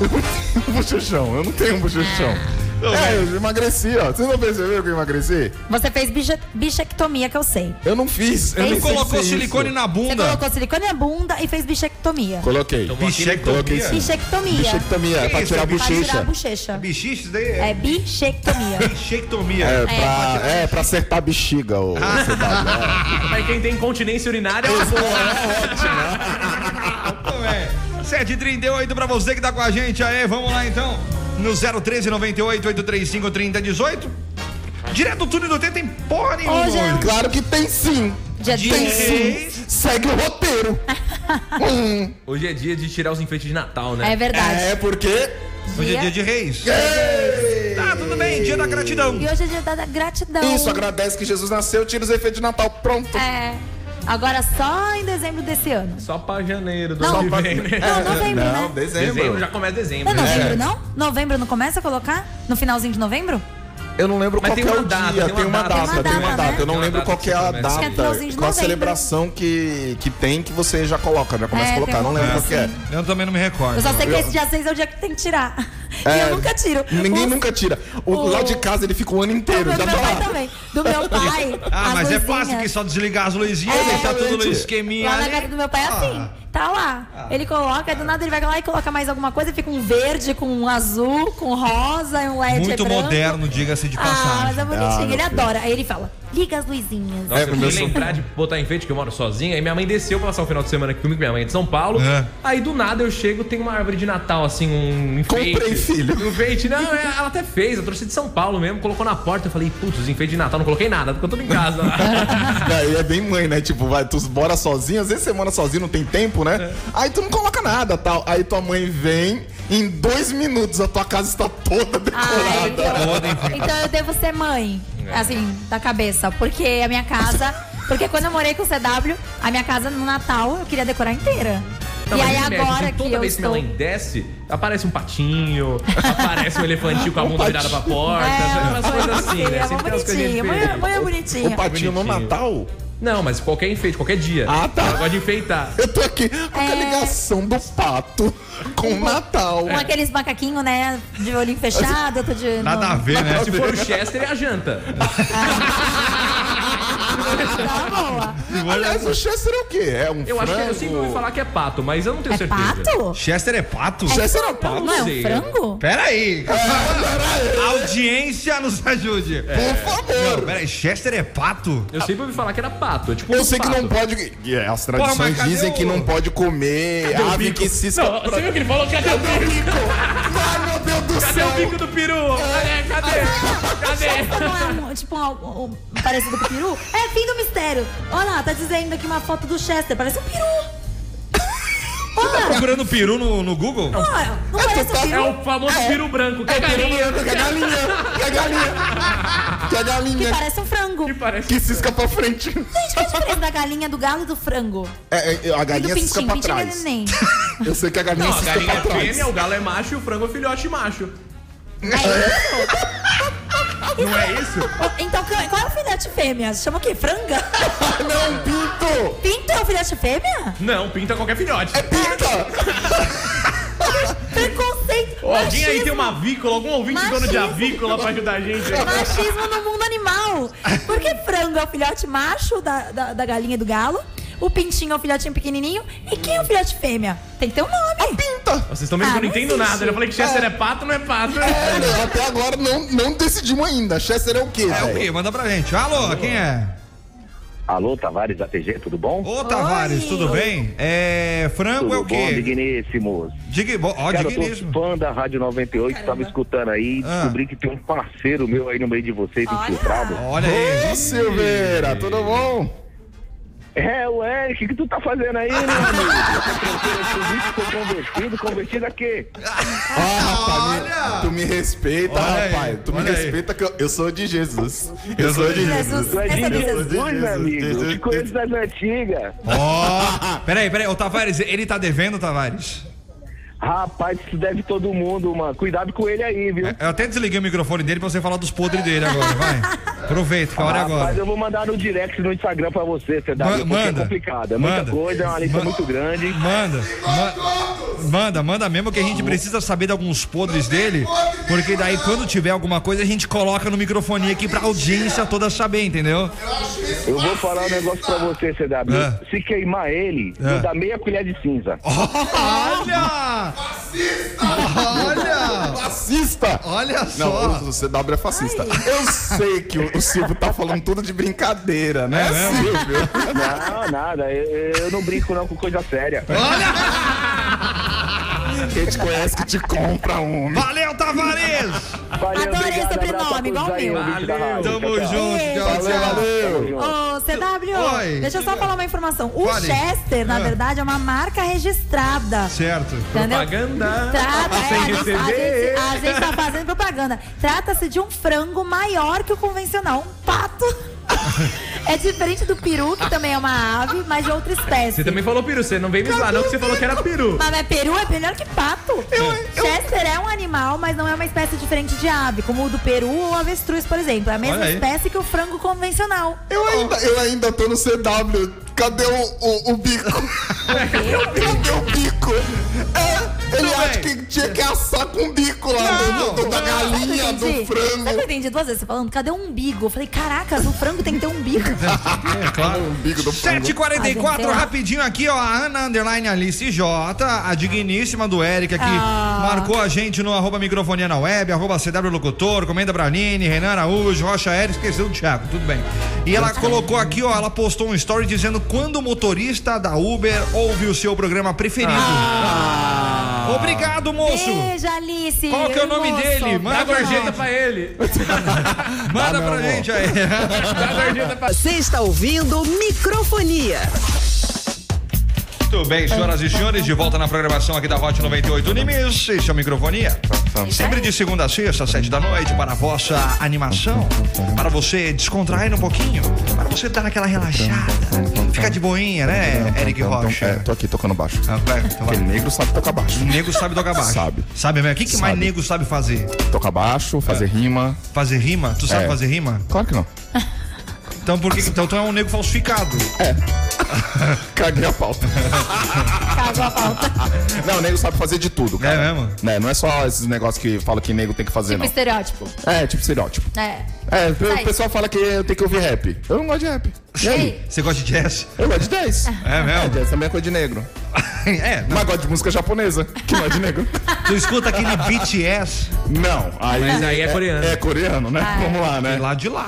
Eu não tenho bochechão. Eu não tenho um bochechão. É, eu emagreci, ó. Vocês não perceberam que eu emagreci? Você fez bicha- bichectomia, que eu sei. Eu não fiz. Eu Ele nem sei Colocou se é silicone isso. na Você bunda. colocou silicone na bunda e fez bichectomia. Coloquei. Tomou aquele Bichectomia. Coloquei sim. Bichectomia. Bichectomia, é pra Isso, tirar a é Pra tirar a bochecha. bochecha. Bichiche, isso daí é É bichectomia. bichectomia. É, pra, é, pra acertar a bexiga, ô. Pra É. quem tem incontinência urinária, é uma boa. Então é. 7h38 pra você que tá com a gente aí, vamos lá então. No 013 98 835 3018. Direto do túnel do tempo tem porra nenhuma. Hoje é um claro que tem sim. dia Tem de... sim. Segue o roteiro. Hum, Hoje é dia de tirar os enfeites de Natal, né? É verdade. é porque. Hoje é dia de reis. Tá, tudo bem, dia da gratidão. E hoje é dia da gratidão. Isso, agradece que Jesus nasceu, tira os efeitos de Natal. Pronto. É. Agora só em dezembro desse ano. Só pra janeiro do Não. ano Só que vem, É. né? É, Não, novembro, Não, né? dezembro. Dezembro já começa Não dezembro. é né? novembro, não? Novembro não começa a colocar? No finalzinho de novembro? Eu não lembro Mas qual tem que é uma o data, dia, tem uma data, tem uma né? data. Eu Tem não uma lembro data qual que que é a começa. Acho que é data, finalzinho de qual a novembro. celebração que, que tem que você já coloca, já começa É, a colocar. tem Não uma lembro qual coisa que é. assim. Ah, Eu também não me Eu recordo. só sei que esse dia 6 é o dia que tem que tirar. É, e eu nunca tiro. Ninguém Os- nunca tira. O, o- Lá de casa ele fica o ano Do inteiro. meu, do já tá meu pai lá. também. Do meu pai. Ah, as mas é luzinhas. fácil que só desligar as luzinhas, É. deixar tudo no Exatamente. esqueminha. Lá na ali. Ah. casa do meu pai é assim. Tá lá. Ele coloca, do nada ele vai lá e coloca mais alguma coisa, fica um verde com um azul, com rosa e um LED Muito branco. moderno, diga-se de Ah, mas passagem. é Ah, bonitinho. meu ele adora. Aí ele fala: liga as luzinhas. Nossa, É, eu meu fui so- lembrar de botar enfeite, que eu moro sozinha. Aí minha mãe desceu pra passar o final de semana aqui comigo, minha mãe é de São Paulo. É. Aí do nada eu chego, tem uma árvore de Natal, assim, um enfeite. Comprei, filho. Um enfeite, não, é, ela até fez, eu trouxe de São Paulo mesmo, colocou na porta. Eu falei, putz, os enfeites de Natal, não coloquei nada, porque eu tô em casa. Tá, Daí é bem mãe, né? Tipo, vai, tu bora sozinho, às vezes você mora sozinho, não tem tempo, né? Aí tu não coloca nada tal. Aí tua mãe vem, em dois minutos a tua casa está toda Ah, decorada. então, então eu devo ser mãe, É. assim, da cabeça. Porque a minha casa. Porque quando eu morei com o CW, a minha casa no Natal eu queria decorar inteira. Não, e mas aí isso mexe, agora assim, que toda eu vez estou. que minha mãe desce, aparece um patinho, aparece um elefantinho com a bunda virada pra porta, sabe? umas coisas assim, né? É, Sempre tem umas coisinhas bonitinha. Mãe, é- diferentes. mãe é O bonitinha. patinho no Bonitinho. Natal? Não, mas qualquer enfeite, qualquer dia. Ah, tá. Ela gosta de enfeitar. Eu tô aqui com É. a ligação do pato com o Natal. é. Com aqueles macaquinhos, né? De olhinho fechado, outro de. Nada a no- ver, né? Se for o Chester, é a janta. Tá boa. Aliás, o Chester é o quê? É um Eu acho que eu sempre ouvi frango? falar que é pato, mas eu não tenho É certeza. pato? Chester é pato? Chester é um Eu pato. Não é sei. um frango? Peraí. é, A audiência nos ajude. Por favor. Peraí, Chester é pato? Eu sempre ouvi falar que era pato. É tipo Eu um sei que pato. não pode. É, As Porra, mas tradições cadê dizem que o- não pode comer Cadê o ave bico? que se Não, você viu que ele falou? Cadê o Cadê o bico? bico? Ai, meu Deus do Cadê céu. o bico do peru? Cadê? Cadê? Cadê? Não é um, tipo um, um- um parecido com o peru? É fim do mistério. Olha lá, tá dizendo aqui uma foto do Chester. Parece um peru. Olha, Procurando peru no, no Google? olha não parece um tá É peru. o famoso peru branco, que é galinha. Que é galinha, que é galinha, que é Que galinha, parece um frango. Que parece. que cisca pra frente. Gente, qual a diferença da galinha, do galo e do frango? É, é, a E do galinha cisca pintinho. pra Pintinho é trás. neném. Eu sei que a galinha Não, a cisca galinha pra é fêmea, trás. o galo é macho e o frango é filhote macho. É isso? Não é isso? Então, qual é o filhote fêmea? Chama o quê? Franga? Ah, Não, pinto! Pinto é o filhote fêmea? Não, pinta qualquer filhote. É pinta! Preconceito. Ó, Alguém aí machismo. tem uma avícola, algum ouvinte dono de Machismo. avícola pra ajudar a gente? aí? Machismo no mundo animal. Porque frango é o filhote macho da, da, da galinha e do galo. O pintinho é o filhotinho pequenininho. E quem é o filhote fêmea? Tem que ter um nome. Vocês estão vendo que Ah, eu não não entendo existe. nada. Eu falei que Chester é, pato, não é pato. É, não, até agora não, não decidimos ainda. Chester é o quê? É o velho? quê? Manda pra gente. Alô, quem é? Alô, Tavares da TG, tudo bom? Ô, Tavares, tudo bem? É. Frango Tudo é o bom, quê? digníssimos? Diga, bo- ó, Cara, eu digníssimo. Ah. tô fã da Rádio 98, tava escutando aí e descobri que tem um parceiro meu aí no meio de vocês infiltrado. Olha aí. Ô, Silveira, tudo bom? É, o Eric, o que tu tá fazendo aí, meu amigo? Eu tô convertido, convertido a quê? Ah, Ah, Rapaz, me- tu me respeita, Olha aí, rapaz. Tu me olha aí. respeita que eu, eu sou de Jesus. Eu sou de Jesus. Tu é de Jesus, Jesus, meu amigo. Eu Jesus, te conheço das antigas. Ó. Peraí, peraí. Ô, Tavares, ele tá devendo, Tavares? Rapaz, isso deve todo mundo, mano. Cuidado com ele aí, viu? Eu até desliguei o microfone dele pra você falar dos podres dele agora, vai. Aproveita, que a hora é Ah, Rapaz, agora. eu vou mandar no direct no Instagram pra você, Ma- CW, porque manda. é complicado. É muita Manda. coisa, é uma lista Ma- muito grande. Manda, ma- manda, manda mesmo que a gente precisa saber de alguns podres dele, porque daí quando tiver alguma coisa a gente coloca no microfone aqui pra audiência toda saber, entendeu? Eu vou falar um negócio pra você, CW. É. Se queimar ele, É. Oh. eu dá meia colher de cinza. Olha! Olha! Fascista! Olha só! Não, o o CW é fascista. Eu sei que o, o Silvio tá falando tudo de brincadeira, né? É mesmo? Silvio? Não, Ah, nada. Eu, eu não brinco não com coisa séria. Oh. Quem te conhece que te compra, um, homem. Valeu, Tavares! Valeu, Adorei obrigado, sobrenome, abraço a todos igual o aí, meu. ouvinte da rádio. Tamo Tchau, tchau. junto, tchau, Valeu, tchau. valeu. Ô, CW, Oi. deixa eu só falar uma informação. O Fale. Chester, na Ah. verdade, é uma marca registrada. Certo. Entendeu? Propaganda. Tá Trata, é, Sem a, gente, a, receber. gente, a gente tá fazendo propaganda. Trata-se de um frango maior que o convencional, um pato. é diferente do peru, que também é uma ave, mas de outra espécie. Você tá também falou peru, você não veio me Ah, zoar, não, que você falou que era peru. Mas, mas peru é melhor que pato. Chester é um animal, mas não é uma espécie diferente de ave, como o do peru ou avestruz, por exemplo. É a mesma Olha aí. espécie que o frango convencional. Eu ainda, eu ainda tô no CW. Cadê o, o, o bico? Cadê o bico? É, ele Tudo acha bem. que tinha que assar com o bico lá do- do- da galinha, Sabe o que eu do entendi? Sabe o que eu frango. entendi duas vezes você falando? Cadê o umbigo? Eu falei, caracas, o frango tem que ter um umbigo. O bico do frango. 7h44, rapidinho aqui, ó. A Ana Underline Alice J, a digníssima do Eric aqui, Ah. marcou a gente no arroba microfonia na web, arroba CW Locutor, Comenda Branini, Renan Araújo, Rocha Eric, esqueceu do Thiago, tudo bem. E ela colocou aqui, ó, ela postou um story dizendo quando o motorista da Uber ouve o seu programa preferido. Obrigado, moço! Beijo, Alice. Qual que é o nome moço. dele? Dá a Manda pra gorjeta gente. pra ele. Manda meu pra amor. gente aí. Dá a gorjeta pra Você está ouvindo Microfonia. Muito bem, senhoras e senhores, de volta na programação aqui da Hot 98 Unimes. Esse é o Microfonia. Sempre de segunda a sexta, às sete da noite, para a vossa animação. Para você descontrair um pouquinho. Para você dar aquela relaxada. Ficar de boinha, né, Eric É, Rocha? tô aqui tocando baixo. Ah, vai, então vai. Porque negro sabe tocar baixo. O nego sabe tocar baixo. Sabe. Sabe mesmo? O que, que mais Sabe. nego sabe fazer? Tocar Hum, baixo, fazer rima. Fazer rima? Tu sabe É. fazer rima? Claro que não. Então por que então tu é um nego falsificado? Caguei a pauta. Cagou a pauta. Não, nego sabe fazer de tudo, cara. É mesmo? Né, não é só esses negócios que fala que nego tem que fazer, Tipo estereótipo. não. É, tipo estereótipo. É. É, o Aí. pessoal fala que eu tenho que ouvir rap. Eu não gosto de rap. E aí? Ei, Você gosta de jazz? Eu gosto de 10. É mesmo? jazz também é coisa de negro. É, Mas gosto de música japonesa, que não é de negro. tu escuta aquele BTS Não, aí. Mas aí é coreano. É coreano, né? Vamos lá, né? lá de lá.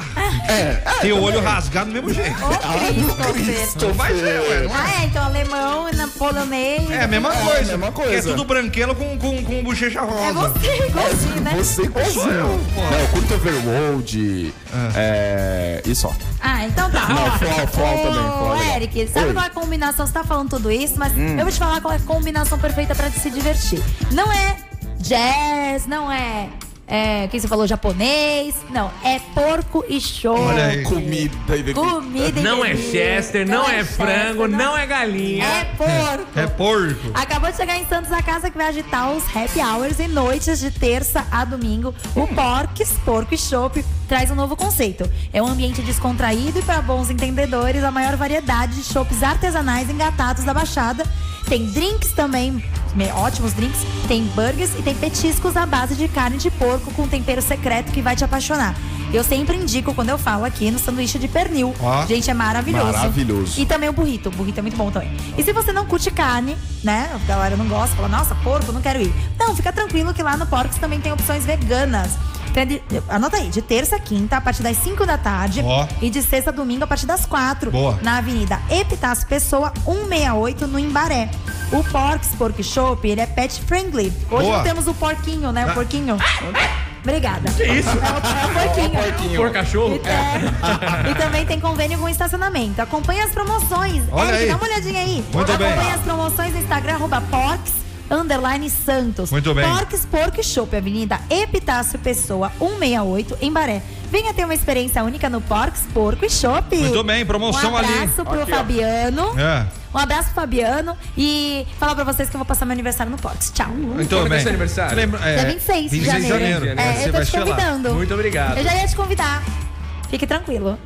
É. Ah, Tem o olho rasgado do mesmo jeito. ô, Christopher. Christopher. Mas é, ué, não Ah, é, então alemão, na- polonês. É a mesma É, coisa. mesma coisa. Que é tudo branquelo com, com, com bochecha rosa. É você, igualzinho, né? é Você cozinha. Não, eu curto Overworld. Ah. É. E só. Ah, então tá. Não, ó. Flau, Flau Ô, também, Flau é legal. Eric, sabe Oi. Hum. qual é a combinação? Você tá falando tudo isso, mas eu vou te falar qual é a combinação perfeita pra se divertir. Não é jazz, não é é, quem você falou, japonês. Não, é porco e show. Olha aí. Comida e bebida. Comida e Não é bebida. Chester, não, é, frango, não... é galinha. É porco. É porco. Acabou de chegar em Santos a casa que vai agitar os happy hours e noites de terça a domingo. O Porques, Porco e Chopp, traz um novo conceito. É um ambiente descontraído e para bons entendedores, a maior variedade de chopps artesanais engatados da Baixada. Tem drinks também, me- ótimos drinks, tem burgers e tem petiscos à base de carne de porco com tempero secreto que vai te apaixonar. Eu sempre indico quando eu falo aqui no sanduíche de pernil. Ó. Gente, é maravilhoso. Maravilhoso. E também o burrito. O burrito é muito bom também. E se você não curte carne, né? A galera não gosta, fala, nossa, porco, não quero ir. Não, fica tranquilo que lá no Porcos também tem opções veganas. Tem de- Anota aí, de terça a quinta, a partir das 5 da tarde. Ó. E de sexta a domingo, a partir das 4. Boa. Na Avenida Epitácio Pessoa, 168, no Imbaré. O Porcs Pork Shop, ele é pet friendly. Hoje Boa. não temos o porquinho, né? O porquinho. Obrigada. Que isso? É o porquinho. Por cachorro? É. E também tem convênio com estacionamento. Acompanhe as promoções. Olha Eric, aí. dá uma olhadinha aí. Muito Acompanhe bem. as promoções no Instagram, arroba porcs, underline Santos. Muito bem. Porcs Pork Shop, Avenida Epitácio Pessoa, 168, em Baré. Venha ter uma experiência única no Porcs Porco e Shop. Muito bem, promoção um ali. abraço pro Aqui, ó. Fabiano. É. Um abraço pro Fabiano. E falar pra vocês que eu vou passar meu aniversário no Porcs. Tchau. Então, Quando que é bem. seu aniversário? Lembra- é, Dia 26 de 26 de janeiro. janeiro. É, Você eu tô vai te estar lá. convidando. Muito obrigado. Eu já ia te convidar. Fique tranquilo.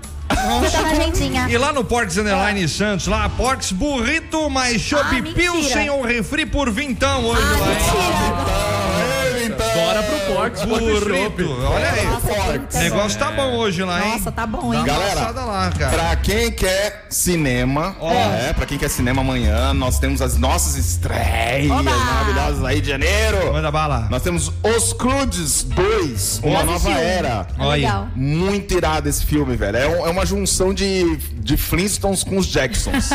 Você tá na agendinha. E lá no Porks Underline Santos, lá, Porks Burrito mais Chopp Pilsen ou Refri por Vintão hoje Ah, lá. Ah, é, então. Bora pro Porks Burrito, olha aí. Porcs. O negócio tá bom hoje lá, hein? Nossa, tá bom, Dá hein? uma Galera, passada lá, cara. pra quem quer cinema, é, pra quem quer cinema amanhã, nós temos as nossas estreias Oba! maravilhosas aí de janeiro. Manda bala. Nós temos Os Crudes 2, Eu Uma assisti Nova um. Era. Tá Olha aí. Legal. Muito irado esse filme, velho. É, um- é uma junção de, de Flintstones com os Jacksons.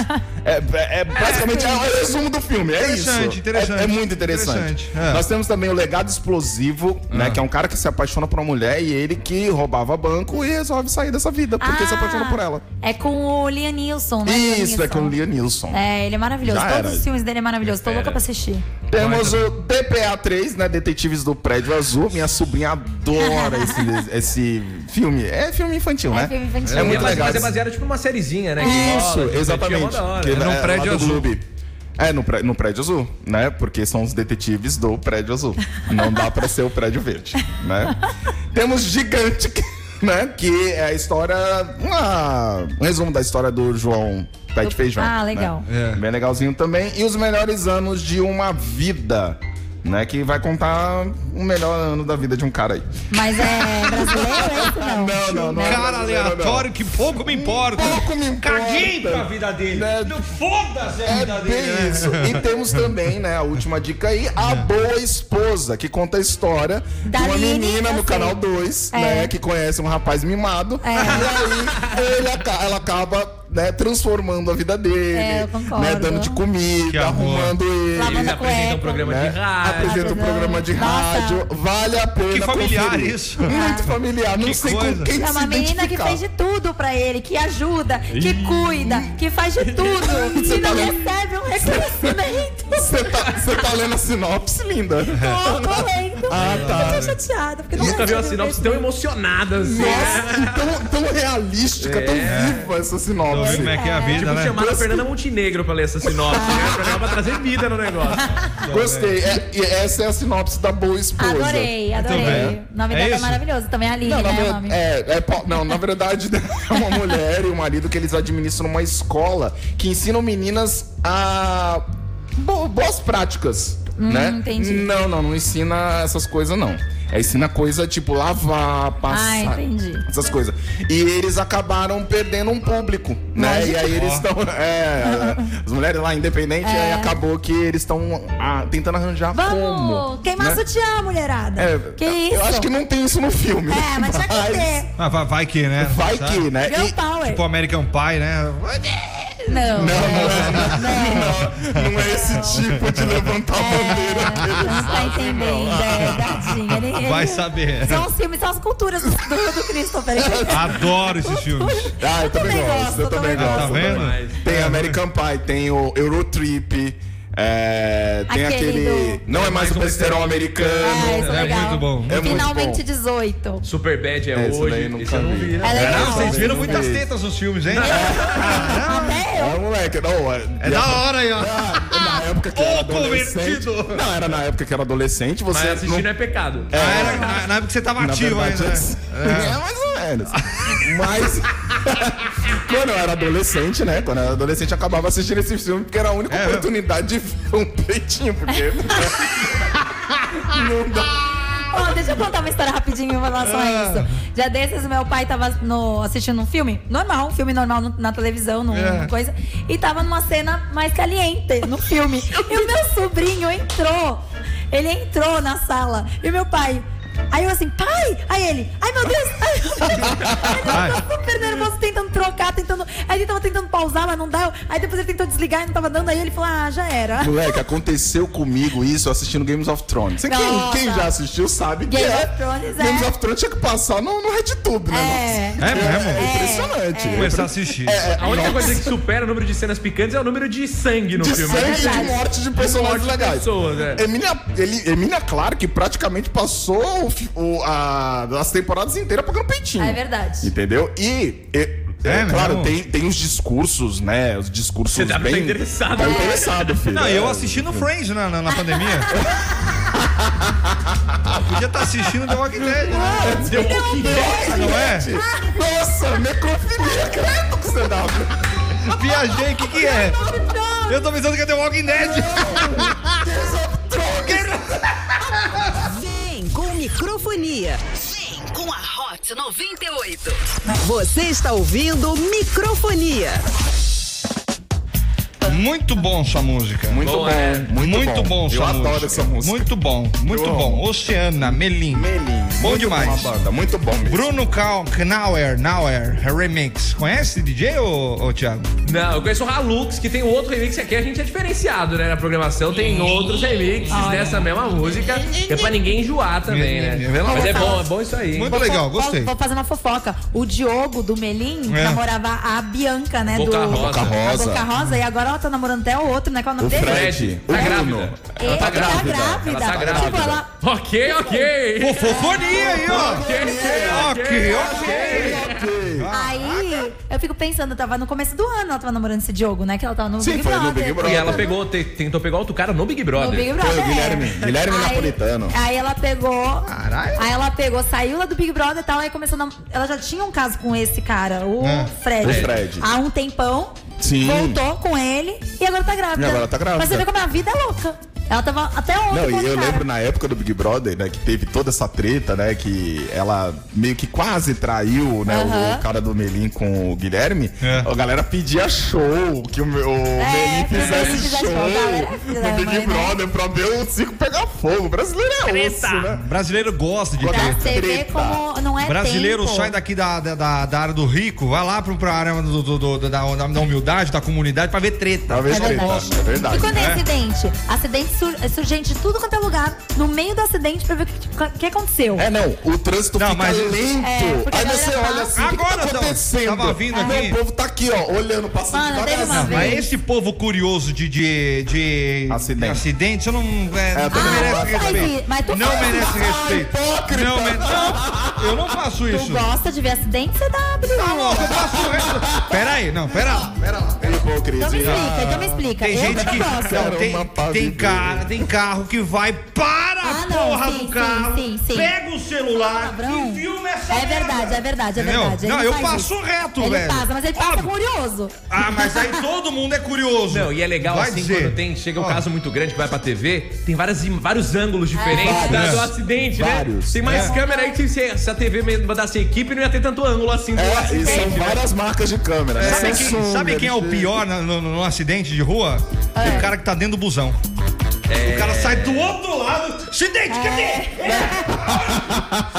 é, é- é basicamente é o resumo do filme, é isso. Interessante, interessante. É, é muito interessante. Interessante, é. Ah. Nós temos também o Legado Explosivo, né, que é um cara que se apaixona por uma mulher e ele que roubava banco e resolve sair dessa vida Ah! porque se apaixona por ela. É com o Liam Neeson, né? Liam Isso, é com o Liam Neeson. É, ele é maravilhoso. Já Todos era. os filmes dele é maravilhoso. Tô louca pra assistir. Temos o DPA 3, né? Detetives do Prédio Azul. Minha sobrinha adora esse, esse filme. É filme infantil, né? filme infantil. É muito mas, legal. Mas é baseado tipo numa sériezinha, né? Isso, exatamente. Que Que é lá não prédio do azul. clube. É, no, pré- no prédio azul, né? Porque são os detetives do prédio azul. Não dá pra ser o prédio verde, né? Temos Gigante, né? Que é a história. uma- um resumo da história do João Pé de Feijão. Ah, né? legal. É. Bem legalzinho também. E os melhores anos de uma vida, né? Que vai contar o melhor ano da vida de um cara aí. Mas é brasileiro, é isso não? Não, não, não. Cara aleatório que pouco me importa. Pouco me importa. Caguei pra vida dele. Não foda-se a vida dele. É né? isso. E temos também, né, a última dica aí, É. A Boa Esposa, que conta a história Da de uma Aline, menina eu no assim. sei. canal 2, É. né, que conhece um rapaz mimado. É. E aí ele aca- ela acaba, né, transformando a vida dele, É, eu concordo. né, dando de Que comida, amor. arrumando ele. né, Lavando Eles a apresentam cueca. um programa de rádio. Apresenta um programa de rádio. Vale a pena Que familiar conferir. isso. Muito familiar. Não Que sei coisa. com quem É se uma menina que identificar. fez de tudo pra ele, que ajuda, que Ih. cuida, que faz de tudo. Você e não tá lendo- recebe um reconhecimento. Você tá, você tá lendo a sinopse, linda? É. Tô, tô lendo. Ah, tá. Eu tô chateada, porque não Nunca viu a recebe um sinopse tão emocionada assim. Nossa, e tão, tão realística, tão viva essa Tô sinopse. vendo como é que é a vida, Tipo, né? chamaram a Fernanda Montenegro pra ler essa sinopse, né? Pra ela pra trazer vida no negócio. Gostei. É- e essa é a sinopse da boa esposa. Adorei, adorei. O nome dela é maravilhoso. Também é Aline, Não, na né? O verdade- nome. é, é po- não, na verdade, é uma mulher e um marido que eles administram uma escola que ensinam meninas a bo- boas práticas, Hum, né? entendi. Não, não, não ensina essas coisas, não. É ensina coisa tipo lavar, Ah, passar. entendi. Essas coisas. E eles acabaram perdendo um público, né? Lógico. E aí eles estão. É, as mulheres lá, independente, É. aí acabou que eles estão ah, tentando arranjar Vamos! como. Queimar né? sutiã, mulherada. É, que isso? Eu acho que não tem isso no filme. É, mas tinha que ter. Ah, vai, vai que, né? Vai que, né? Girl power. Tipo American Pie, né? Não. Não, não, é esse tipo de levantar a bandeira. Não tá entendendo, é, tadinho. Ele- ele- Vai saber. São os filmes, são as culturas do, do Christopher. Ah, Adoro esses filmes. Ah, eu também também gosto, gosto, eu também também gosto. gosto. também. Tá vendo? Tem American Pie, tem o Eurotrip, É, tem aquele. Aquele do- Não é mais o besterol americano. É, isso é legal. É muito Finalmente bom. 18. Superbad é, É, esse daí hoje. eu nunca esse eu não vi. vi. né? É legal. Não, vocês viram Eu muitas vi. tetas nos filmes, hein? É, moleque, não, É da hora aí, ó. Na época que Ô, era adolescente. convertido! Não, era na época que era adolescente, você. Mas assistir não- não é pecado. É, Ah, na, na época que você tava Na ativo verdade, ainda. né? antes- É, mais ou menos. Mas. quando eu era adolescente, né? Quando eu era adolescente, eu acabava assistindo esse filme porque era a única É, oportunidade de ver um peitinho, porque. não dá. Ó, deixa eu contar uma história rapidinho em relação a isso. Já desses, meu pai tava no- assistindo um filme normal, um filme normal no- na televisão, num, É. coisa, e tava numa cena mais caliente no filme. e o meu sobrinho entrou, ele entrou na sala, e meu pai. Aí eu assim, pai! Aí ele, ai meu Deus! Ai, meu Deus. Aí eu tava super nervoso, tentando trocar, tentando. Aí ele tava tentando pausar, mas não deu. Aí depois ele tentou desligar e não tava dando. Aí ele falou, ah, já era. Moleque, aconteceu comigo isso assistindo Games of Thrones. Você- Quem, Nossa. quem já assistiu sabe que Game é. of Thrones, é. Games of Thrones tinha que passar no, no RedTube, né? É. nossa? É mesmo? impressionante. Começar a assistir. É, é, A única nossa. coisa que supera o número de cenas picantes é o número de sangue no de filme. sangue e verdade. de morte é de personagens Morte de legais. pessoas, é. Emília, ele, Emília Clarke praticamente passou o fi- o- a- as temporadas inteiras pagando peitinho. É verdade. Entendeu? E. e- É é, mesmo? claro, tem, tem os discursos, né? Os discursos Você tá bem... interessado. Tá interessado, filho. Não, É, eu assisti no Friends na, na, na pandemia. Ah, Podia estar assistindo The Walking Dead, né? é, Deu um pouquinho. Não é? gente. Nossa, necrofilia, credo que você dá. Viajei, o que que é? Eu tô pensando que é The Walking Dead. Vem com microfonia. Sim, com a Hot 98. Você está ouvindo microfonia. Muito bom sua música. Muito Boa, bom, é. né? muito, bom. sua Eu música. adoro essa música. Muito bom, muito Eu bom. amo. Oceana, Melim. Melim. Bom muito demais. a banda, muito bom mesmo. Bruno Cal, Knauer, Nauer, Remix. Conhece esse DJ, ô, ô Thiago? Não, eu conheço o Halux, que tem um outro remix aqui. A gente é diferenciado, né? Na programação tem outros remixes dessa mesma música. Que é pra ninguém enjoar também, né? Vê lá. Mas é bom, é bom isso aí. hein? Muito Tá legal, Vou- gostei. Vou, fazer uma fofoca. O Diogo do Melim É. namorava a Bianca, né? Boca do Rosa. Boca a Rosa. Boca Rosa. E agora ela tá namorando até o outro, né? Qual é o nome O dele? Fred. Tá O grávida. Bruno. Ela tá Ele tá grávida. grávida. Ela tá grávida. Tipo, ela- Ok, ok. Fofofonia aí, ó. Ok, Ok, ok. Aí eu fico pensando, tava no começo do ano, ela tava namorando esse Diogo, né? Que ela tava no Sim, Big foi no Brother. Big Brother. E ela pegou, te- tentou pegar outro cara no Big No Brother. Big Foi Brother. o Guilherme. é. Guilherme Aí- Napolitano. Aí ela pegou. Caralho. Aí ela pegou, saiu lá do Big Brother e tal. Aí começou. a nam- Ela já tinha um caso com esse cara, o É. Fred. O Fred. Há um tempão. Sim. Voltou com ele e agora tá grávida. E agora tá grávida. Mas você vê como a vida é louca. Ela tava até ontem. Não, com e outro eu cara. lembro na época do Big Brother, né, que teve toda essa treta, né, que ela meio que quase traiu, né, Aham. o cara do Melim com o Guilherme. É. A galera pedia show, que o, me- o Melim que o fizesse Melim É, fizesse show show, a galera é filha no da Big mãe, né? Brother pra ver o circo pegar fogo. O brasileiro é osso, né? Brasileiro gosta de Pra Brasileiro. ter. você ver Treta. como não é Brasileiro tempo. sai daqui da, da, da- da área do rico, vai lá pro, pra área do, do- do- da, da- da humildade, da comunidade, pra ver treta. Talvez É treta, verdade. é verdade. E quando é né? acidente? Acidente sur surgente de tudo quanto é lugar, no meio do acidente, pra ver o que, que aconteceu. É, não, o trânsito Não, fica mas- lento. É, porque a Aí galera você passa. olha assim, o que que Agora, tá então, acontecendo? tava vindo Meu, aqui. O povo tá aqui, ó, olhando, passando Mano, teve uma devagarzinho. vez- Ah, Mas esse povo curioso de, de, de Acidente. acidentes, eu não, é, É, eu não também não merece gosto. Mas respeito. tu- mas tu não faz merece isso. respeito. Ah, hipócrita. Não, me- não, eu não faço Tu Então isso. gosta de ver acidente, você dá abre. Tá louco, eu faço isso. Pera aí, não, pera lá. Pera lá, pera lá. Então me Hipocrisia. explica, então me explica. Ah, Tem eu gente não que. gosto. Cara, Não, tem, uma pá tem de cara, tem carro que vai para a Ah, não, porra sim, do carro, sim, sim, sim. pega o celular Palavrão. e filma essa É merda. verdade, é verdade, é Entendeu? verdade. Ele Não, eu faz passo isso. reto, ele velho. Ele passa, mas ele passa Óbvio. curioso. Ah, mas aí todo mundo é curioso. Não, e é legal Vai assim dizer. quando tem, chega um Ó. caso muito grande que vai pra TV, tem várias, im- vários ângulos diferentes É. da- do Vários. acidente, né? Vários. Tem mais É. câmera aí que se, se a TV mesmo mandasse a equipe, não ia ter tanto ângulo assim do É, e acidente. são né? várias marcas de câmera. né? Sabe, quem, Samsung, sabe quem é o LG. pior na- no, no- no acidente de rua? O cara que tá dentro do busão. O cara sai do outro lado. Acidente, cadê?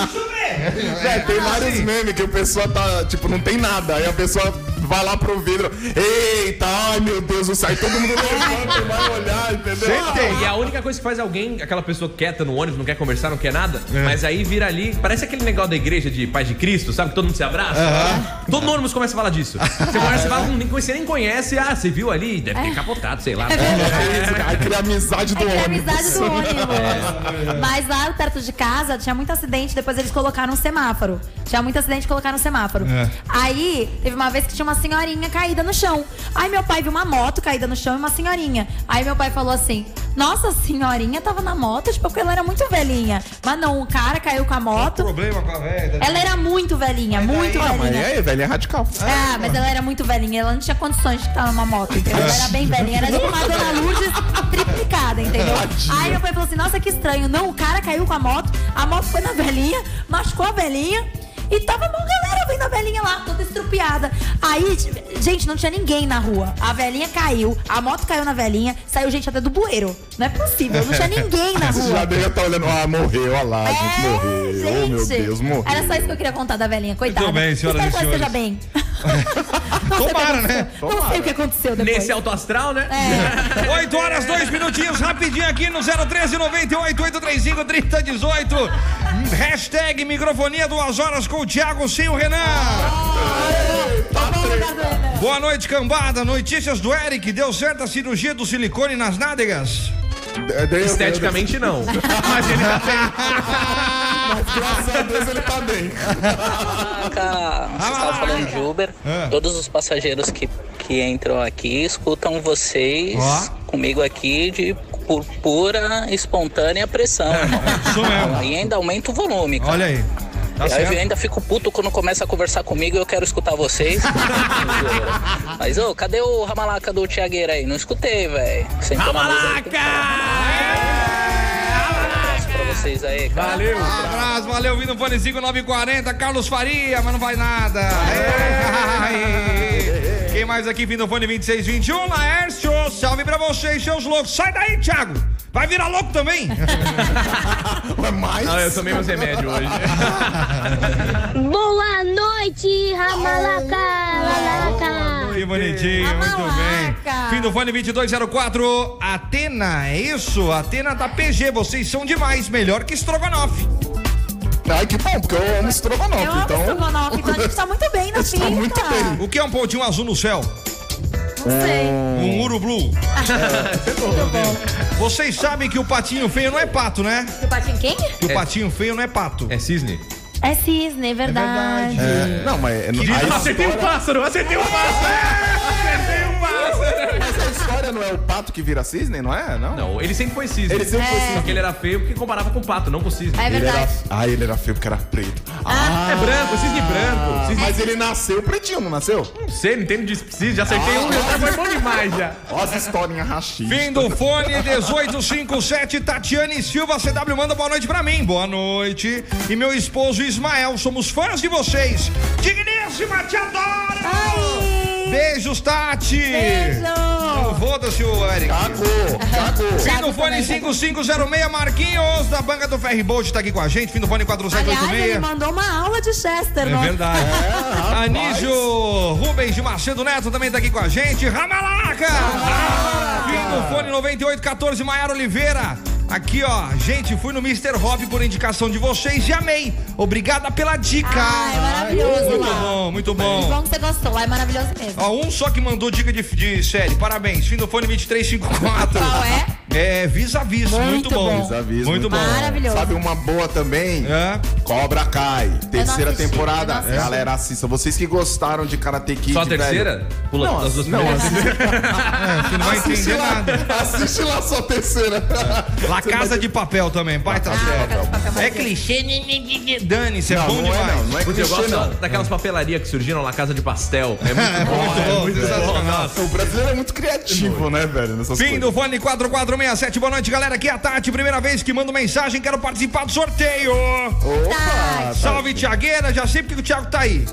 Deixa eu ver. É, tem vários memes que o pessoal tá, tipo, não tem nada. Aí a pessoa vai lá pro vidro. Eita, ai meu Deus do céu. Todo mundo levanta e vai olhar, entendeu? E a única coisa que faz alguém, aquela pessoa quieta no ônibus, não quer conversar, não quer nada, É. mas aí vira ali, parece aquele negócio da igreja de Pai de Cristo, sabe? Que todo mundo se abraça. Todo ônibus começa a falar disso. Você conversa e fala, "Hum, nem, você nem conhece, ah, você viu ali, deve É. ter capotado, sei lá. Ah, Aí cria amizade do Ah, É que a ônibus. amizade do É. ônibus. Mas lá perto de casa tinha muito acidente, depois eles colocaram um semáforo. Tinha muito acidente, colocaram um semáforo. É. Aí, teve uma vez que tinha uma senhorinha caída no chão. Aí meu pai viu uma moto caída no chão e uma senhorinha. Aí meu pai falou assim: Nossa, a senhorinha tava na moto, tipo, porque ela era muito velhinha. Mas não, o cara caiu com a moto. Problema com a velha. Ela era muito velhinha, muito Ah, mas velhinha. aí, velho, é radical. Ah, mas ela era muito velhinha, ela não tinha condições de estar numa moto, entendeu? Ela era bem velhinha, era tipo uma Dona Lourdes triplicada, entendeu? Tadinha. Aí meu pai falou assim, nossa, que estranho. Não, o cara caiu com a moto, a moto foi na velhinha, machucou a velhinha e tava uma galera vendo a velhinha lá, toda estrupiada. Aí, t- gente, não tinha ninguém na rua. A velhinha caiu, a moto caiu na velhinha, saiu gente até do bueiro. Não é possível, não tinha ninguém na Você já rua. É, deve estar olhando, ah, morreu, olha lá, gente, morreu. oh, meu Deus, morreu. Era só isso que eu queira contar da velhinha, coitada. Muito bem, senhoras Espero que e ela esteja senhores. bem. Não sei o que Tomara, aconteceu. né? Não sei o que aconteceu depois. É, Nesse alto astral, né? É. 8 horas, 2 minutinhos, rapidinho aqui no 013 98 835 3018. Hashtag microfonia duas horas com o Thiago sem o Renan. Boa noite, cambada. Notícias do Eric. Deu certo a cirurgia do silicone nas nádegas? Esteticamente não. Mas ele tá Mas graças a Deus ele tá bem. Caraca, você estava Ah. falando de Uber. É. Todos os passageiros que, que entram aqui escutam vocês comigo aqui de por pura espontânea pressão, É. irmão. E ainda aumenta o volume, cara. Olha aí. Tá e aí certo. eu ainda fico puto quando começa a conversar comigo e eu quero escutar vocês. Mas, ô, cadê o ramalaca do Tiagueira aí? Não escutei, velho. Ramalaca! Pra vocês aí, cara. Valeu. Abraço, valeu, vindo Panezinho 940, Carlos Faria, mas não vai nada. Ei. Quem mais aqui, vindo Fone 2621, Laércio, salve pra vocês, seus loucos. Sai daí, Thiago. Vai virar louco também? mais? Não, eu tomei meus remédios hoje. Boa noite, Ramalaca! Ramalaca! Que bonitinho, muito bem. Fim do fone 2204, Atena, é isso? Atena tá PG, vocês são demais, melhor que estrogonofe. Ai, que bom, porque eu amo estrogonofe, Eu amo então- estrogonofe, então a gente tá muito bem na Está vida. muito bem. O que é um pontinho azul no céu? Não sei. Um muro blue. Vocês sabem que o patinho feio não é pato, né? O patinho quem? Que o patinho feio não é pato. É cisne. É cisne, é verdade. É, não, mas. Que a diz- acertei um história- pássaro, acertei um pássaro. Acertei um pássaro. Mas a história não é o pato que vira cisne, não é? Não, Não, ele sempre foi cisne. Ele sempre foi cisne. Só que ele era feio porque comparava com pato, não com cisne. É Ele era... verdade. Ah, ele era feio porque era preto. Ah, é branco, cisne branco. Cisne... Mas ele nasceu pretinho, não nasceu? Não sei, não entendo de cisne, já acertei um, já foi bom demais já. Olha as historinhas rachistas. Fim do fone 1857, Tatiane Silva, CW manda boa noite pra mim. Boa noite. E meu esposo Ismael, somos fãs de vocês. Digníssima, te adoro! Beijos, Tati! É Beijo! Não Foda-se o Eric. Tá, Cagou, cagou. Fim do Thiago fone também, 5506, Marquinhos, da banca do Ferry Bolt, tá aqui com a gente. Fim do fone Aliás, ele 4786. mandou uma aula de Chester, É não? É, verdade. Anísio Rubens de Macedo Neto também tá aqui com a gente. Ramalaca! Fim do fone 9814, Maiara Oliveira. Aqui, ó. Gente, fui no Mr. Hop por indicação de vocês e amei. Obrigada pela dica. Ai, maravilhoso Muito lá. bom, muito Que bom bom. que você gostou, lá é maravilhoso mesmo. Ó, um só que mandou dica de, de série. Parabéns. Fim do fone 2354. Qual é? É, vis-a-vis. Muito, bom. Vis-a-vis, muito bom. É. Maravilhoso. Sabe uma boa também? Cobra Kai, terceira assisti, eu temporada. não assisti. Galera, assista. Vocês que gostaram de Karate Kid, Só a velho. terceira? Pula não, as duas não, primeiras. assiste- Você não vai assiste entender lá, nada. Tá assiste lá só a terceira. La Casa de Papel também, baita Ah, série. É clichê, ninguém dane-se, é tá Não, bom não é demais. não, não é Porque eu clichê, gosto não. daquelas papelarias que surgiram lá, Casa de Pastel. É muito bom, é muito bom. Nossa. O brasileiro é muito criativo, né, velho? Nessas Fim do fone 4467, boa noite galera, aqui é a Tati, primeira vez que mando mensagem, quero participar do sorteio. Opa, Salve Tiagueira, já sei porque o Thiago tá aí.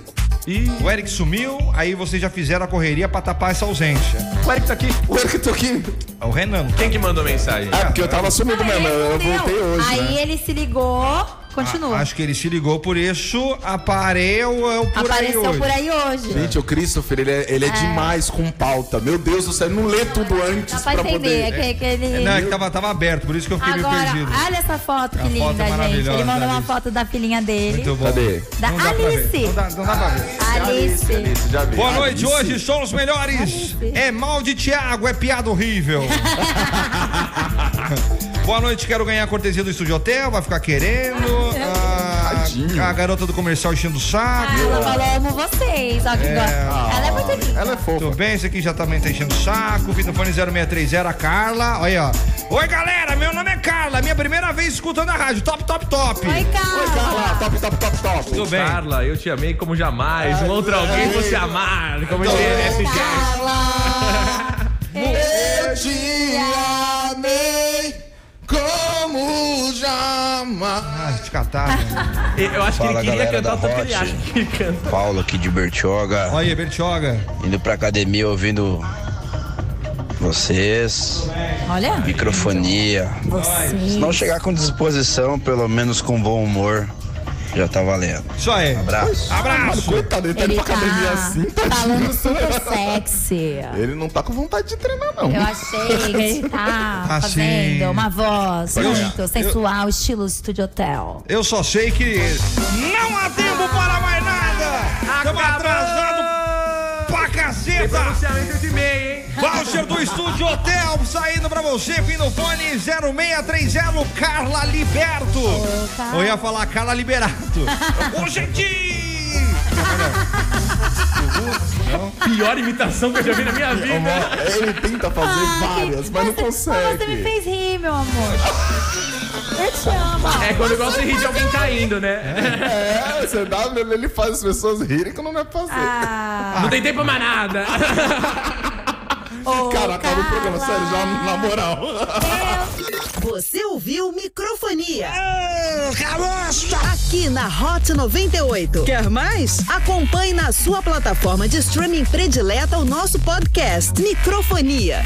O Eric sumiu, aí vocês já fizeram a correria pra tapar essa ausência. O Eric tá aqui. O Eric tá aqui. ah, É o Renan. Quem que mandou mensagem? É, porque eu tava sumido mesmo, eu voltei hoje. Aí né? ele se ligou, Continua. Acho que ele se ligou por isso. Apareceu é por Apareceu aí hoje. por aí hoje. Gente, o Christopher, ele é, ele é É. demais com pauta. Meu Deus do céu, ele não lê tudo antes Dá pra pra entender, poder. é que- é que ele- Não, é que tava, tava aberto, por isso que eu fiquei meio Agora, perdido. olha essa foto né? A foto é que linda, gente. maravilhosa, Ele mandou uma Alice. foto da filhinha dele. Muito bom. Cadê? Da Não dá pra ver. Alice. Não dá, não dá pra ver. é Alice. Boa noite, hoje são os melhores. É mal de Thiago, é piada horrível. Boa noite, quero ganhar a cortesia do Estúdio Hotel, vai ficar querendo. Ah, a garota do comercial enchendo o saco. Ah, Ela falou, amo vocês. Ó, que É. gosta. Ela é muito linda. Ela é fofa. Tudo bem, esse aqui já também tá enchendo o saco. Fita fone 0630, a Carla. Olha aí, ó. Oi, galera, meu nome é Carla. Minha primeira vez escutando a rádio. Top, top, top. Oi, Carla. Top, top, top, top. Tudo bem. Carla, eu te amei como jamais. Um outro alguém você amar. Como é, Então, interesse. Eu te amei como jamais. Ah, te catar. Eu acho Fala, que ele queria galera cantar o da tanto que ele Hot. acha que ele canta. Paulo aqui de Bertioga. Olha aí, Bertioga. Indo pra academia ouvindo vocês. Olha. Microfonia. Vocês. Se não chegar com disposição, pelo menos com bom humor, já tá valendo. Isso aí. Abraço. Abraço. Coitado, ele tá indo Ele pra tá academia assim. falando super sexy. Ele não tá com vontade de treinar, não. Eu achei que ele tá Tá sim. fazendo uma voz Eu- muito sensual, estilo Studio Hotel. Eu só sei que não há tempo para mais nada. Estamos atrasados pra caceta. Pronunciamento de meia, hein? Voucher do Estúdio Hotel saindo pra você, fim do fone 0630 Carla Liberto. Carla. Eu ia falar Carla Liberato. Hoje é dia! Pior imitação que eu já vi na minha vida. É, Ele tenta fazer várias, mas não Mas Ah, você tá me consegue. fez rir, meu amor. Eu te amo. É quando igual você ri de alguém caindo, né? É, o CW ele faz as pessoas rirem que não é fazer. Ah, Não tem tempo mais nada. Cara, acaba o programa, sério, já na moral. Você ouviu microfonia? Caroço! Aqui na Hot 98. Quer mais? Acompanhe na sua plataforma de streaming predileta o nosso podcast Microfonia.